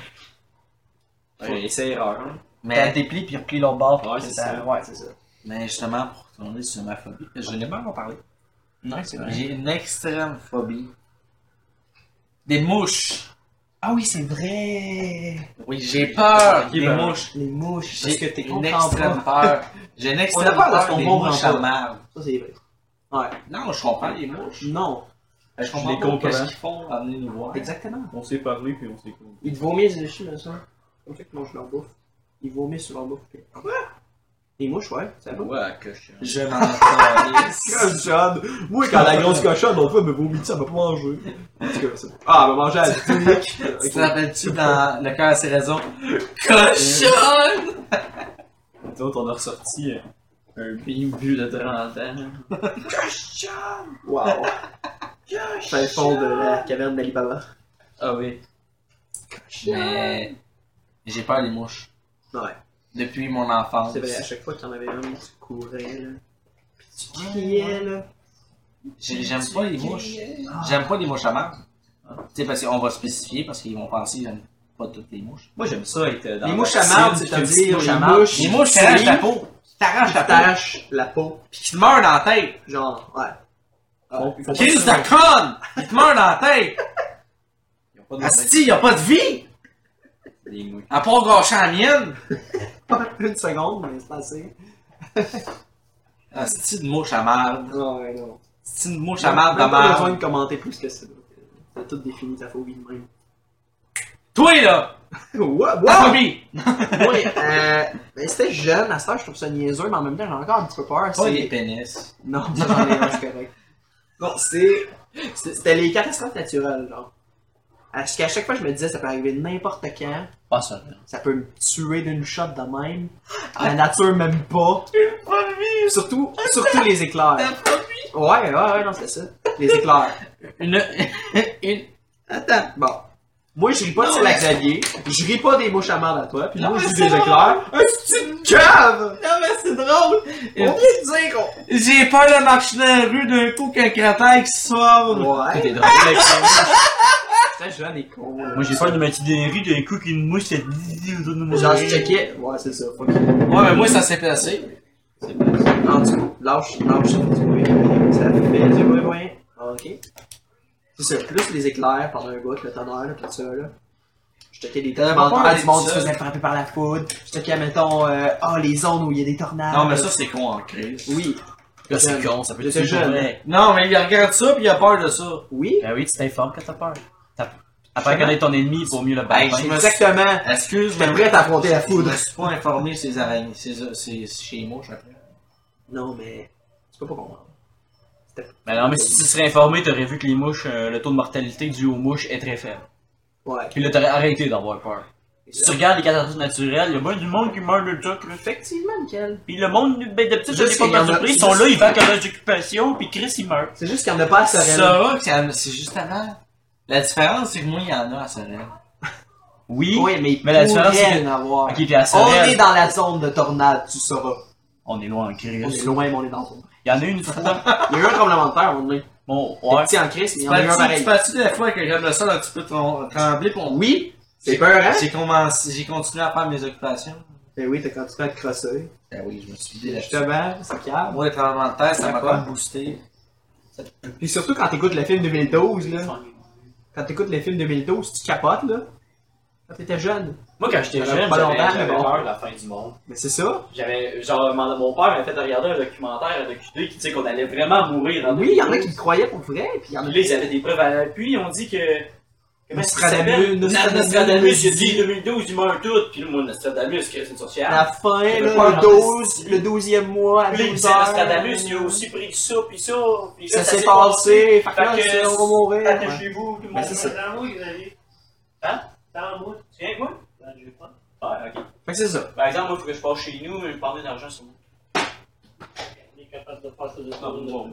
Ouais, c'est erreur. hein.
T'as
Mais,
dépli puis repli l'autre bord.
Ouais,
puis
c'est
ça-
ça.
Ouais, c'est ça.
mais justement, pour tourner sur ma phobie, je n'ai pas encore parlé.
Non, c'est vrai.
J'ai une extrême phobie. Des mouches.
Ah oui, c'est vrai.
Oui, j'ai peur
Ok,
des
ben,
mouches.
Les mouches. Parce que
J'ai
t'es
une
comprends
extrême peur. J'ai une extrême
peur de ce
peur
qu'on
des
comprend
mouches
pas.
à marde.
Ça, c'est vrai.
Non, je comprends les mouches.
Non.
Je
Je les
comprends
comprends.
pas ce qu'ils font. Amener nous voir.
Exactement.
On s'est parlé, puis on s'est connu.
Ils te vomissent dessus, là, ça. Comme ça qu'ils mangent leur bouffe. Ils vomissent sur leur bouffe. Quoi? Les mouches, ouais, ça
Ah,
va.
Ouais, cochon. Je m'en calisse.
Cochonne! Moi, quand la grosse cochonne, mon frère me vomit dessus, elle m'a pas mangé. En tout cas, ça- Ah,
bah,
elle m'a mangé à la clinique.
[laughs] Tu te rappelles-tu dans Le cœur à ses raisons? Cochon!
Nous autres, on a ressorti euh, un bim bu de 30 ans.
Wow. Fin fond de la caverne d'Alibaba.
Ah oui.
Mais j'ai peur des mouches.
Ouais.
Depuis mon enfance.
C'est vrai, à chaque fois qu'il y en avait un, tu courais, là. Puis tu criais, Ah. là.
J'ai- J'aime pas les mouches. J'aime pas les mouches à marde. Tu sais, parce qu'on va spécifier, parce qu'ils vont penser que j'aime pas toutes les mouches.
Moi, j'aime ça être euh, dans
Les
la
mouches à
piscine,
marde,
puis
c'est-à-dire
que-
les mouches.
Les mouches,
qui
qui t'arrachent la
s'arrivent,
peau. Qui t'arrachent
qui
la peau.
t'arrachent la peau.
Pis qui te meurent dans la tête.
Genre, ouais. Ah,
Bon, ils font pas
Crise
ça.
de conne! Ils te meurent dans la tête.
Ils ont pas de
Asti, y a pas de vie!
Les mouches.
À part gâcher la mienne.
Une seconde, mais c'est assez.
Asti de mouche à marde.
Non, ouais, non.
Asti de mouche
J'ai
à marde de
pas besoin
marde.
de commenter plus que ça. T'as tout défini ta phobie de même.
Toi, là!
What?
La phobie!
Oui, euh, ben, c'était jeune, à ce temps, je trouve ça niaiseux, mais en même temps, j'ai encore un petit peu peur.
Pas
c'est-
les pénis. [laughs]
Non, ça, j'en ai un, c'est correct. Non, c'est. c'est- C'était les catastrophes naturelles, genre. Parce qu'à chaque fois, je me disais, ça peut arriver n'importe quand.
Pas ça.
Ça peut me tuer d'une shot de même.
Ah!
La nature m'aime pas. Surtout, surtout les éclairs. Ouais, ouais, ouais, non, c'est ça. Les éclairs.
Une, une,
Attends, bon. Moi, je ris pas de celle à Xavier. Je ris pas des mouches à marde à toi. Puis
Non,
moi, je
mais
dis
c'est
des éclairs. Un petit cave!
Non, mais c'est drôle!
On vient de dire qu'on...
J'ai peur de marcher dans la rue d'un coup qu'un cratère qui s'ouvre!
Ouais.
T'es drôle, mec.
Putain, Jean est con. là.
Moi, j'ai peur de mettre des rues d'un coup qu'une mouche a dit autour de mon
Genre, je checkais. Ouais, c'est ça. Fuck it.
Ouais, mais moi, ça s'est passé.
En tout cas, lâche, lâche ça. tu vois. Ça fait du bruit, ouais. Ok. C'est ça, plus les éclairs pendant un bout, le tonnerre, là, tout ça, là. Je checkais des
T'avais pas
commentaires
parlé
du monde
de
qui se
ça.
faisait frapper par la foudre. Je checkais, mettons, euh, ah, les zones où il y a des tornades.
Non, mais ça, c'est con en crise.
Oui,
Là, c'est con, ça peut
j'étais
toujours-
jeune.
Non, mais il regarde ça pis il a peur de ça.
Oui,
Ben oui, tu t'informes quand t'as peur. T'as- Après regarder ton ennemi pour mieux le
Ben,
battre.
je me-
exactement.
Excuse,
J'étais prêt à t'affronter la
Je
foudre.
me suis pas informé ces araignées, ces, ces, chez mouches après.
Non, mais tu peux pas comprendre.
Ben non, mais si tu serais informé, t'aurais vu que les mouches, euh, le taux de mortalité dû aux mouches est très faible.
Ouais.
Puis là, t'aurais arrêté d'avoir peur. Si tu regardes les catastrophes naturelles, il y a bien du monde qui meurt de ça. là.
Effectivement, Michael.
Puis le monde, ben d'habitude,
Juste
c'est pas
qu'il y en
de
a-
surprise, ils sont là, ils vont à leurs occupations, puis Chris, il meurt.
C'est juste qu'il n'y en a pas à Sorel.
Sora, c'est c'est juste avant. La différence, c'est que moi, il y en a à Sorel.
Oui,
Oui, mais il
Mais la différence,
pourrait
c'est
en avoir.
ok, puis à
On
Sorel,
est dans la zone de tornade, tu sauras.
on est loin en
On est
Chris.
loin, mais on est dans ton.
Il y en a une fois,
Il y a eu un tremblement de terre, on est
bon, ouais,
petit en crise, mais il y en a eu un
Tu
pareil.
passes de la fois que j'aime le sol un petit peu trom- trembler pis on...
Oui, c'est peur, hein?
J'ai commencé, j'ai continué à faire mes occupations.
Ben oui, t'as continué à te crosser.
Ben oui, je me suis dit là-dessus.
Justement, c'est calme.
Moi, le tremblement de terre, ça m'a
Pourquoi?
pas boosté.
Puis surtout quand t'écoutes le film 2012, là. Quand t'écoutes le film 2012, tu capotes, là. Quand t'étais jeune.
Moi, quand j'étais
Ça
jeune,
fait pas
j'avais
longtemps,
j'avais
mais bon.
peur de la fin du monde.
Mais Ben, c'est ça.
J'avais, genre, mon mon père m'a fait regarder un documentaire, un docu qui disait qu'on allait vraiment mourir. en
Oui, il y en a
2012.
qui croyaient pour vrai, puis il y en a
Puis là, ils avaient des preuves à l'appui, on dit que... Comment est-ce qu'il
Nostradamus,
s'appelle?
Nostradamus,
Nostradamus, il a
dit-
dit 2012, il meurt tout. Puis là, moi, Nostradamus, que c'est une
À
sorcière.
la fin,
J'avais
là,
pas
le,
un
12,
dentiste.
le 12e mois, à
Puis là, il
12
disait
heures.
Nostradamus, il a aussi pris ça, puis ça. Puis
Ça
là,
s'est passé, fait que là,
Fait que-
c'est- on va mourir.
Attends,
ouais.
chez vous, tout le
Ben,
monde.
c'est ça.
Dans moi, Xavier. Hein? Dans moi. Tu viens avec moi? Ben, je vais pas. Ah, ok.
Fait que c'est ça.
Par exemple, moi, faut que je passe chez nous, mais je parle d'argent sur moi. On est capable de passer de temps. Bon,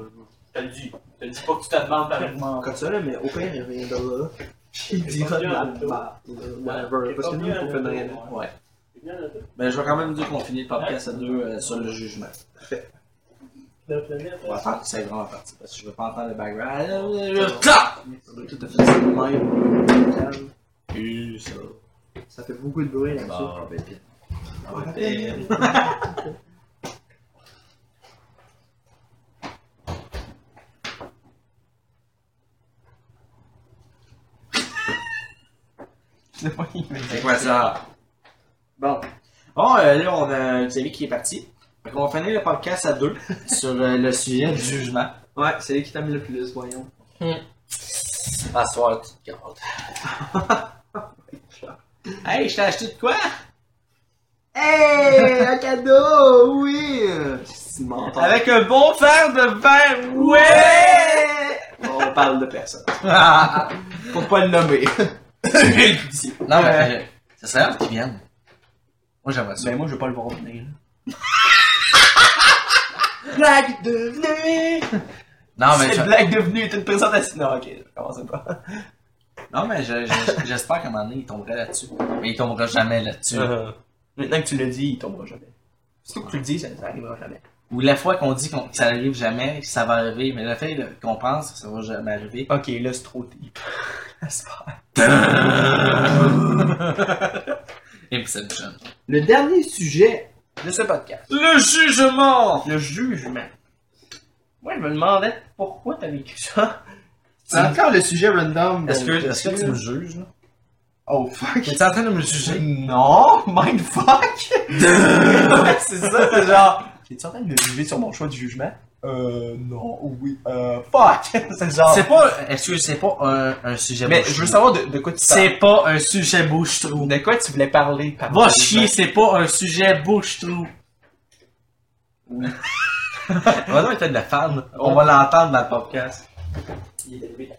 je te le dis. Je te le dis pas que tu te demandes par
Encore Comme ça, là, mais au pire, il revient de là. Puis il dira
pas
de
bien
la
à l'auto.
merde. euh, Whatever.
J'ai
Parce que
pas
nous,
bien
on
à
fait de
l'auto,
rien. Ouais.
Ben, je vais quand même dire qu'on finit le podcast à deux euh, sur le jugement. On va faire que c'est vraiment parti parce que je veux pas entendre le background. Euh, je- Clap!
On a tout à fait ça de même. Calme.
Et ça.
Ça fait beaucoup de bruit là-dessus.
Bon, ben, pis-
On rappelle.
C'est quoi ça?
Bon,
Bon, euh, là, on a Xavier qui est parti. Fait qu'on va finir le podcast à [laughs] deux sur euh, le sujet du jugement.
[laughs] ouais, c'est lui qui t'aime le plus, voyons.
À ce soir, tu te gardes. [laughs] hey, je t'ai acheté de quoi?
Hey, un cadeau, oui! C'est une menteur.
Avec un bon fer de verre, [laughs] ouais!
Hey! On parle de personne. Pour pas le nommer.
non, mais euh, ça serait rare qu'ils viennent. Moi, j'aimerais ça.
[laughs] Ben moi, je vais pas le voir venir.
[laughs] Blague devenue!
Ah,
non, mais,
Cette
je-
blague devenue est une présentation. Non, ok, je commence pas.
non, mais je- je- j'espère qu'à un moment donné, il tomberait là-dessus. Mais il tombera jamais là-dessus.
Euh, Maintenant que tu le dis, il tombera jamais. Surtout que tu le dis, ça, ça arrivera jamais.
Ou la fois qu'on dit qu'on- que ça n'arrive jamais, que ça va arriver, mais le fait là, qu'on pense que ça va jamais arriver.
Ok, là, c'est trop deep. C'est pas-
Inception.
Le dernier sujet de ce podcast.
Le jugement!
le jugement. Moi, je me demandais pourquoi t'as vécu ça.
C'est encore le sujet random.
Est-ce que,
donc,
est-ce que tu me juges, là?
Oh fuck.
T'es en train de me juger?
Non,
[laughs]
mindfuck! Ouais, c'est ça, c'est genre. T'es en train de me juger sur mon choix de jugement? Euh, non, oui, euh, fuck! [laughs] C'est genre.
C'est pas, est-ce que c'est pas un, un sujet
Mais
bouche-trou?
je veux savoir de, de quoi tu parles.
C'est pas un sujet bouche-trou.
De quoi tu voulais parler par
Va
le
chier,
jugement?
c'est pas un sujet bouche-trou. [laughs] On va être de la fan. On va l'entendre dans le podcast.
Il est élevé.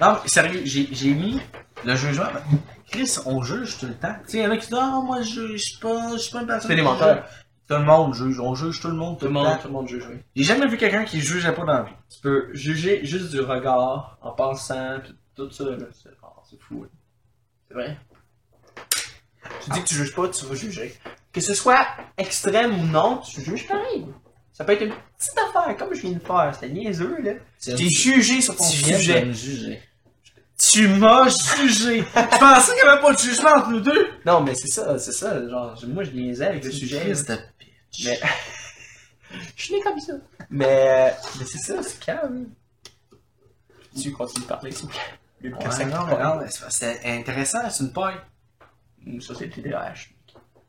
Non, mais sérieux, j'ai j'ai mis le jugement. Chris, on juge tout le temps. Tu sais, il y en a qui disent Ah, moi, je juge pas, je suis pas une personne.
C'est des
qui
menteurs.
juge. Tout le monde juge, on juge tout le monde, tout,
Tout le monde, tout le monde juge, oui.
J'ai jamais vu quelqu'un qui jugeait pas dans la vie.
Tu peux juger juste du regard, en pensant, pis tout ça, là. C'est oh, c'est fou, là. C'est vrai. Tu dis que tu juges pas, tu vas juger. Que ce soit extrême ou non, tu juges pareil. Ça peut être une petite affaire, comme je viens de faire. C'était niaiseux, là.
Tu
T'es jugé sur ton
viens de
sujet.
me juger. Tu m'as jugé. Je pensais qu'il y avait pas de jugement entre nous deux.
Non, mais c'est ça, c'est ça. Genre, je- moi, je niaisais avec le sujet. là.
Chris de bitch.
Mais- Je suis né comme ça. Mais, mais c'est ça, c'est calme. Tu continues de parler, s'il vous plaît. Mais
Ouais,
quand ça
non, mais non, mais c'est- c'est intéressant, c'est une paille.
Ça, c'est le TDAH.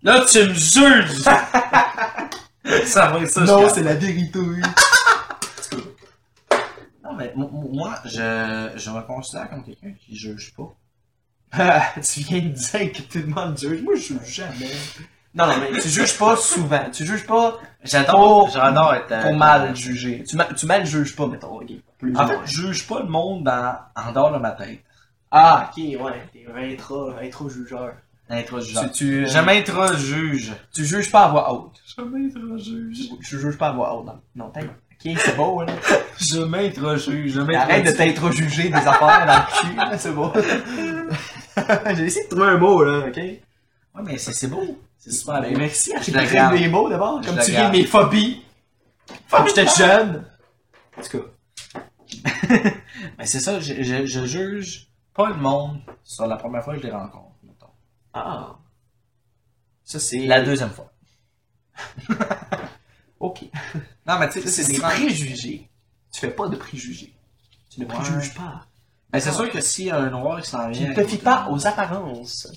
Là, tu me [laughs] juges! ça va être ça, je
c'est la vérité.
Non, mais mo- mo- moi, je, je me considère comme quelqu'un qui juge pas. [laughs]
tu viens de dire que tu demandes Dieu. Euh, Moi, je juge jamais. Non, non, mais tu juges pas souvent. Tu juges pas
J'adore,
Pour-
j'adore être. euh,
pour mal juger. Tu, ma- tu mal juges pas, mettons. ok. Plus
En
ou
fait,
moins.
je juge pas le monde dans, en dehors de ma tête.
Ah, ok, ouais. T'es un intro, un intro jugeur.
Introjugeant.
Tu, tu, euh,
Jamais être juge.
tu juges pas à voix haute. Jamais juge. Tu juges pas à voix haute. Non, non t'es. Ok, c'est beau, hein.
Jamais être juge. Jamais
Arrête de t'être jugé des affaires dans le cul, là, c'est bon. [laughs] J'ai essayé de trouver un mot, là, ok?
Ouais, mais c'est c'est beau. C'est super
Ben,
beau.
merci à
Je
j'ai
la
écrit
garde.
mes mots d'abord,
Je
comme
la
tu ris de
garde.
mes phobies. Quand j'étais jeune. En tout cas,
Mais Ben, c'est ça, je, je, je juge pas le monde sur la première fois que je les rencontre, mettons.
ah. Ça, c'est.
La deuxième fois.
Ok.
Non, mais tu sais,
C'est
c'est
des
des
préjugés. Tu fais pas de préjugés. Tu ne
Ouais.
préjuges pas.
Mais Ben, c'est sûr que s'il y a un noir qui s'en
Tu
vient.
ne
à
te fies
côté,
pas aux apparences.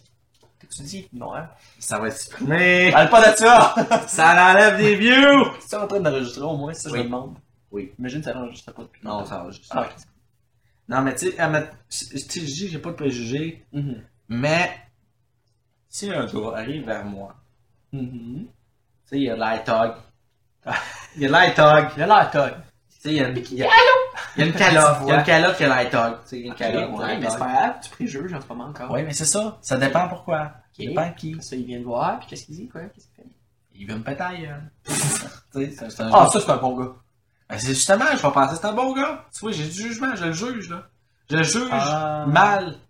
Que tu dis hein. noir.
Ça va être supprimé.
Parle pas de
[laughs]
ça!
Ça l'enlève des views!
Tu es en train d'enregistrer au moins, ça, je
Oui.
me demande.
Oui.
Imagine ça n'enregistre pas depuis.
Non,
longtemps.
ça va juste.
Ah, ok.
Non, mais tu sais, ah, mais- tu sais, je dis que j'ai pas de préjugés,
Mhm.
mais si un gars arrive vers moi,
Mhm.
tu sais, il y a l'air tog. Il y a l'air tog.
Il a l'air tog.
Tu sais, il y a une. Il y a, il y a une [laughs] calotte. Il y a une calotte qui a l'air tog. Tu sais, il y a une calotte. qui a
Ouais,
l'air
mais c'est
tog.
pas grave, tu préjuges en ce moment encore.
Oui, mais c'est ça. Ça dépend pourquoi. Ça
Ok.
dépend qui.
Ça, il vient de voir, puis qu'est-ce qu'il dit, quoi? Qu'est-ce qu'il fait?
Il veut me péter, hein. [laughs] Tu sais, c'est un- c'est un
Ah, ça, c'est un bon gars.
Ben, c'est justement, je vais penser, c'est un bon gars. Tu vois, j'ai du jugement, je le juge, là. Je le juge
Mal.
mal.
Ah.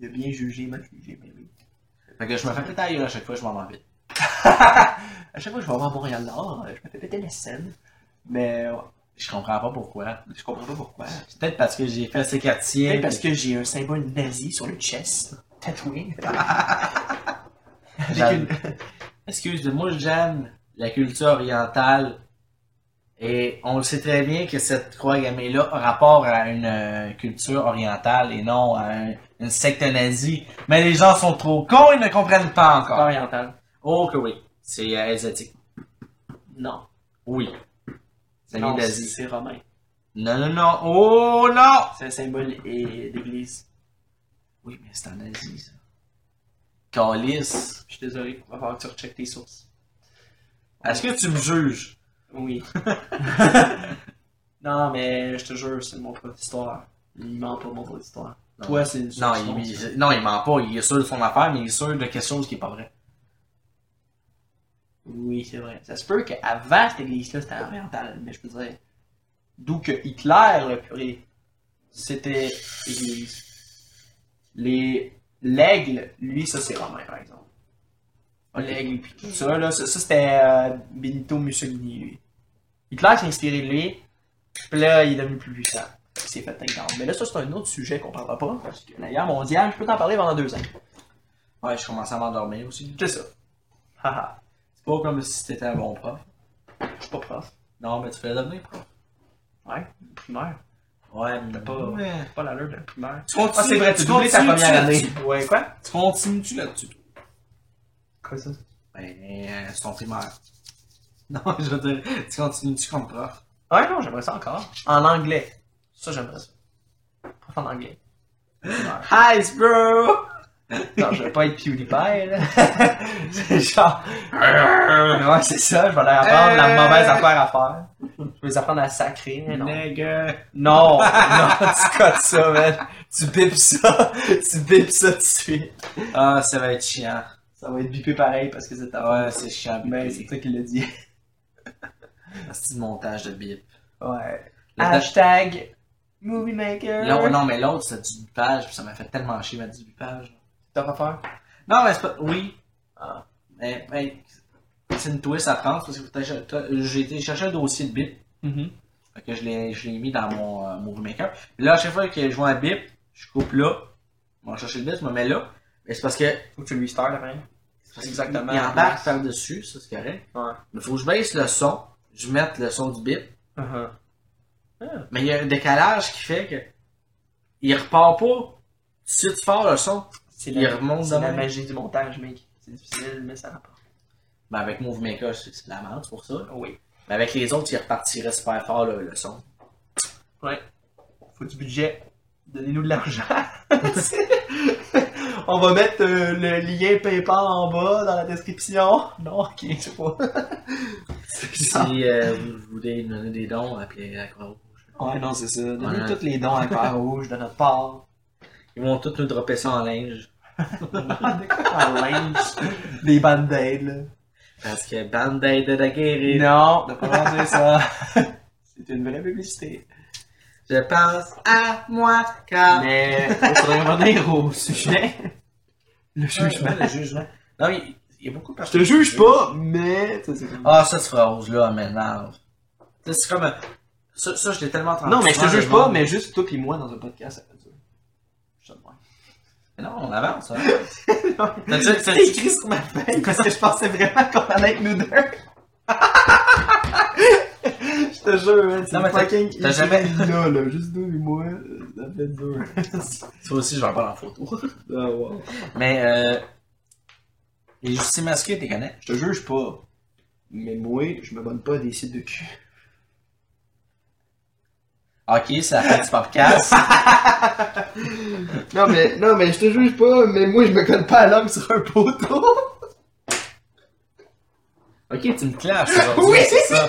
Il a bien jugé, mal jugé, mais oui.
Fait que je me fais péter ailleurs à chaque fois, je m'en vais.
À chaque fois que je vais voir Montréal Nord, euh, je me fais péter la scène. Mais ouais,
Je comprends pas pourquoi.
je comprends pas pourquoi.
C'est Peut-être parce que j'ai fait ces quartiers.
Peut-être parce que j'ai un symbole nazi sur le chest, tatoué.
J'aime- Excuse-moi, j'aime la culture orientale. Et on le sait très bien que cette croix gammée-là a rapport à une euh, culture orientale et non à un- une secte nazie. Mais les gens sont trop cons, ils ne comprennent pas encore.
oriental.
Oh que oui, c'est euh, asiatique.
Non.
Oui. C'est
Non,
né
c'est
d'Asie.
c'est romain.
Non, non, non. Oh non!
C'est un symbole et- d'église.
Oui, mais c'est en Asie, ça. Calice.
Je suis désolé, il va falloir que tu recheckes tes sources.
Est-ce que tu me juges? [laughs]
Oui. non, mais je te jure, c'est mon pot d'histoire. Il ment pas mon pot d'histoire.
Non.
Toi, c'est une
Non,
source
il,
fausse.
il- non, il ment pas. Il est sûr de son affaire, mais il est sûr de quelque chose qui est pas vrai.
Oui, c'est vrai. Ça se peut qu'avant cette église-là, c'était oriental, mais je peux dire. D'où que Hitler, le purée, c'était église. Les. L'aigle, lui, ça c'est romain, par exemple. L'aigle, puis tout ça, là, ça, ça, c'était euh, Benito Mussolini, lui. Hitler s'est inspiré de lui, puis là, il est devenu plus puissant. Il s'est fait énorme. Mais là, ça, c'est un autre sujet qu'on parlera pas, parce que la guerre mondiale, je peux t'en parler pendant deux ans.
Ouais, je commence à m'endormir aussi.
C'est ça. Haha,
C'est pas comme si t'étais un bon prof.
je suis pas prof.
Non, mais tu fais devenir prof.
Ouais, primaire.
Ouais, mais
pas-
Ouais.
Pas l'allure de la primaire.
Tu continues,
Ah, c'est vrai, tu doublé ta
continues-tu
première année.
là-dessus?
Ouais, quoi?
Tu continues-tu là-dessus?
Quoi ça?
Ben, euh, c'est ton primaire. [laughs] Non, je veux dire, tu continues-tu comme prof?
Ouais, non, j'aimerais ça encore. En anglais. Ça, j'aimerais ça. Prof en anglais.
Hi, bro!
Non, je vais pas être PewDiePie, là. [laughs] c'est genre. ouais, c'est ça, je vais leur apprendre la mauvaise affaire à faire. Je vais les apprendre à sacrer, Euh. mais Eh non.
Nigga.
[laughs] Non, non, tu cotes ça, man. Tu bipes
[laughs]
ça. Tu bipes ça tout de suite.
Ah, ça va être chiant.
Ça va être bipé pareil parce que c'est ta
Ouais, c'est chiant.
Mais c'est toi qui l'as dit.
C'est du montage de bip.
Ouais.
Le-
Hashtag Movie Maker.
L'autre- oh non, mais l'autre, c'est du bipage, puis ça m'a fait tellement chier, ma du bipage.
T'as pas peur? Ah.
Non, mais c'est pas. Oui. Mais, mais c'est une twist à prendre, parce que faut t'ach- t'as- j'ai été chercher un dossier de bip.
Mhm.
Fait que je l'ai, je l'ai mis dans mon euh, Movie Maker. Puis là, à chaque fois que je vois un bip, je coupe là. Bon, je cherche le bip, je me mets là. Mais c'est parce que
Faut que tu restart la même.
Il embarque par-dessus, ça c'est correct.
Ouais.
Mais faut que je baisse le son, je mette le son du bip.
Uh-huh.
Mais il y a un décalage qui fait que. Il repart pas tout de suite fort le son.
C'est
Il remonte
c'est
de
la
même.
magie du montage, mec. C'est difficile, mais ça rapporte.
Ben avec Move Maker, c'est c'est de la merde c'est pour ça.
Ah Oui.
Mais avec les autres, il repartirait super fort le, le son.
Faut du budget. Donnez-nous de l'argent. [laughs] On va mettre euh, le lien PayPal en bas dans la description. Non, ok, je sais pas. [laughs]
Si
ça.
euh, vous vous voulez nous donner des dons, appelez la Croix-Rouge.
Ah, Ouais, non, c'est ça. Donnez
Ouais.
toutes les dons à Croix Rouge de notre [laughs] part.
Ils vont tous nous dropper ça en linge.
En linge. Des band-aids, là.
Parce que Band-Aid de la guérir.
Non, de pas dire ça. [laughs] C'est une vraie publicité.
Je pense à moi car.
Mais il faudrait revenir au sujet. Le jugement.
Le jugement. Non, mais il- il y a beaucoup de
Je te juge pas, mais. tu sais, c'est comme-
Ah, cette phrase-là m'énerve. Tu sais, C'est comme. un- Ça, ça, je l'ai tellement entendu.
Non, mais je te
souvent,
juge
le
pas,
monde.
mais juste toi pis moi dans un podcast, ça fait dur. Je te demande.
Mais Non,
[laughs]
on avance, hein. T'as déjà- t'as-
C'était écrit sur ma feuille parce que je pensais vraiment qu'on allait être nous deux. je te jure, man, c'est
Non, mais t'as-
fucking.
t'as jamais-
Là, là, juste nous et moi, euh, ça fait [laughs] dur.
Toi aussi, je vais en parler en photo.
Ah, wow.
Mais, euh. Les justiciers masqués, t'es connais?
Je te juge pas, mais moi, je me bonne pas à des sites de cul.
Ok, c'est la fin du podcast.
Non, mais, non, mais je te juge pas, mais moi, je me colle pas à l'homme sur un poteau.
ok, tu me clashes aujourd'hui.
Oui!
c'est ça.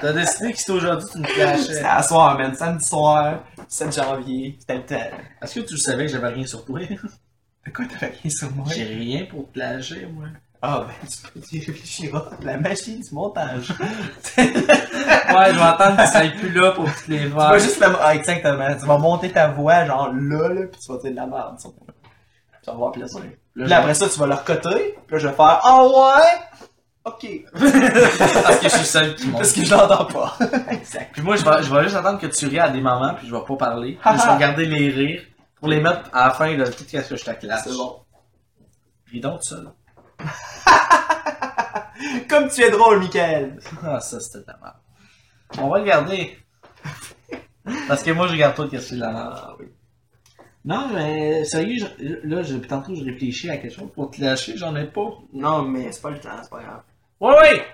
T'as décidé que c'était aujourd'hui, tu me
C'était
clashais.
à soir, man, samedi soir, 7 janvier, c'était le temps.
Est-ce que tu savais que j'avais rien sur toi?
De quoi t'as rien sur moi?
J'ai rien pour clasher, moi.
Ah, ben, tu peux y réfléchiras. La machine du montage.
Ouais, je vais entendre que tu sois plus là pour toutes les
Tu
voir.
vas juste la... ah, exactement. Tu vas monter ta voix, genre là, là, pis tu vas dire de la merde, ça. Puis on va voir plaisir. Puis là, après ça, tu vas le recoter, pis là, je vais faire Ah ouais! Ok.
[laughs] Parce que je suis seul qui monte.
Parce que je l'entends [laughs] pas. exact.
Puis moi, je vais, je vais juste attendre que tu ris à des moments, puis je vais pas parler. Puis je vais garder les rires pour les mettre à la fin de tout ce que je te classe.
C'est bon.
Ris donc seul.
Comme tu es drôle, Michael.
Ah, ça, c'était de la merde. On va le garder. Parce que moi, je regarde toi qu'est-ce que c'est de la merde.
Ah, oui.
Non, mais sérieux, je- là, je, tantôt, je réfléchis à quelque chose pour te lâcher, j'en ai pas.
Non, mais c'est pas le temps, c'est pas [laughs] grave.
Ouais, ouais!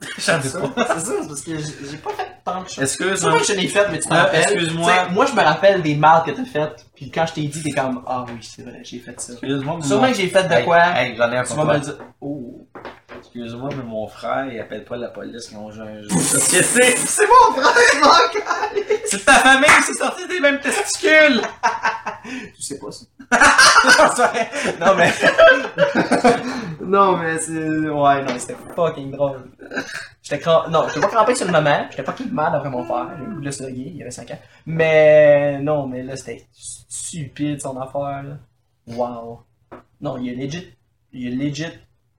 J'en ai
C'est ça,
pas.
c'est ça, c'est parce que j'ai j'ai pas fait tant de choses. Euh, C'est
Excuse-moi.
vrai que je l'ai fait, mais tu te
Ah,
rappelles.
excuse-moi.
Tu sais, Moi, je me rappelle des marques que t'as faites, pis quand je t'ai dit, t'es comme Ah oui, c'est vrai, j'ai fait ça.
Excuse-moi, mais
Sûrement
mon-
que j'ai fait de
Hey,
quoi?
hey, j'en ai un
tu vas
pour toi.
me le dire. Oh.
Excuse-moi, mais mon frère, il appelle pas la police, non, j'ai un jeu. Qu'est-ce que c'est?
C'est mon frère, Marc!
C'est ta famille, c'est sorti des mêmes testicules!
Tu sais pas ça. non, mais. non, mais c'est. Ouais, non, c'était fucking drôle. J'étais cram... Non, j'étais pas crampé sur le moment. J'étais fucking mal après mon frère. J'ai eu le goût de le slugger, il avait 5 ans. Mais. Non, mais là, c'était stupide son affaire, là. Wow. Non, il a legit. Il a legit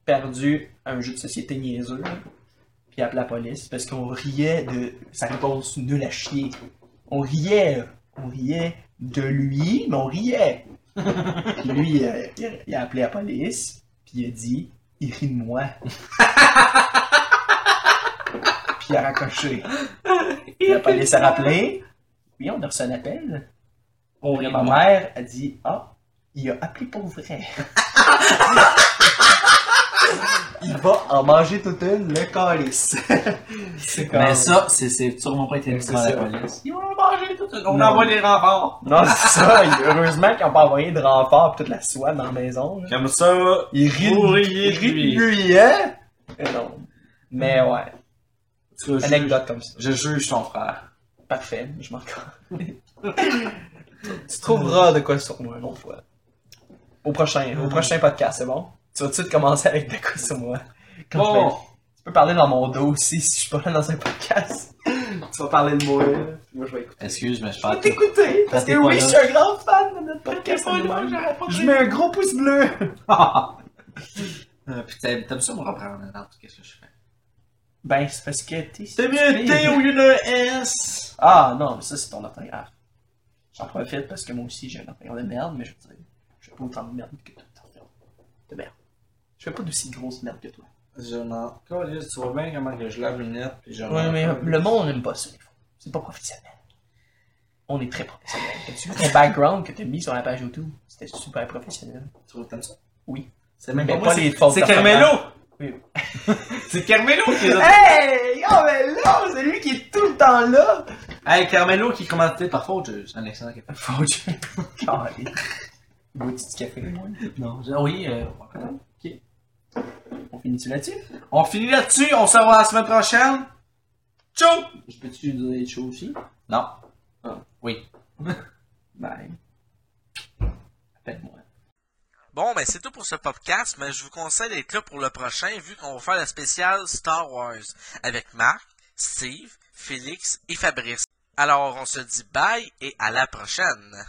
perdu un jeu de société niaiseux, là. Puis il appelé la police parce qu'on riait de sa réponse nulle à chier. On riait, là. on riait de lui, mais on riait.
[laughs]
Puis lui, il a, il a- il a appelé la police, puis il a dit Il rit de
[laughs]
moi. puis il a raccroché. Puis la police a rappelé Oui, on a reçu un appel.
On
Puis ma mère a dit Ah, il a appelé pour
[laughs]
vrai. il va en manger toute une, le calice. C'est comme-
Mais ça, c'est- c'est sûrement pas été dit
C'est
par la
ça.
police. Ils vont manger tout On
Non.
envoie les renforts.
Non, [laughs] c'est ça. Heureusement qu'ils n'ont pas envoyé de renfort pis toute la soie dans la maison. là.
Comme ça,
Il rit
Vous riez de
il rit
lui.
de lui, hein? très long. Mais ouais,
Tu veux juger-
anecdote comme ça.
Je juge son frère.
Parfait, je m'en calme. Tu trouveras de quoi sur moi une autre fois. Au prochain, au prochain podcast, c'est bon? Tu vas tout de suite commencer avec de quoi sur moi. Quand je
Bon.
vais- Tu peux parler dans mon dos aussi si je suis pas là dans un podcast.
Tu vas parler de moi, là, puis moi je vais écouter.
Excuse, mais je
Je vais
parle.
t'écouter parce que
t'es pas
oui,
là.
je suis un grand fan de notre podcast. animal. Je mets un gros pouce bleu.
Euh, puis t'aimes t'aimes ça me reprendre dans tout ce que je fais.
[laughs] Ben, c'est parce que t'es.
C'est mieux T au lieu de S.
Ah non, mais ça c'est ton orthographe. J'en profite parce que moi aussi j'ai un orthographe de merde, mais je veux dire, je fais pas autant de merde que toi. De merde. Je fais pas d'aussi grosse merde que toi.
Je m'en. calisse, Tu vois bien comment que je lave une lettre puis je.
Ouais, mais le monde n'aime pas ça, des fois. C'est pas professionnel. On est très professionnel. T'as-tu vu ton background que t'as mis sur la page YouTube? C'était super professionnel.
Tu vois, t'aimes ça?
Oui.
C'est même
Mais
pas moi.
pas les fautes.
C'est
d'orthographe.
Carmelo!
Oui.
[laughs] c'est Carmelo qui est là. [laughs]
Hey! Oh, mais là! C'est lui qui est tout le temps là!
Hey, Carmelo qui commentait par faute, je- c'est un excellent café.
Faut que je. [laughs] Carré. Bois-tu du café, moi?
Non, je- oui, euh,
On finit-tu là-dessus?
on finit là-dessus, on se revoit la semaine prochaine. Ciao!
Je peux-tu donner des choses aussi?
Non.
Bye. Appelle-moi.
Bon, ben c'est tout pour ce podcast, mais je vous conseille d'être là pour le prochain, vu qu'on va faire la spéciale Star Wars avec Marc, Steve, Félix et Fabrice. Alors, on se dit bye et à la prochaine!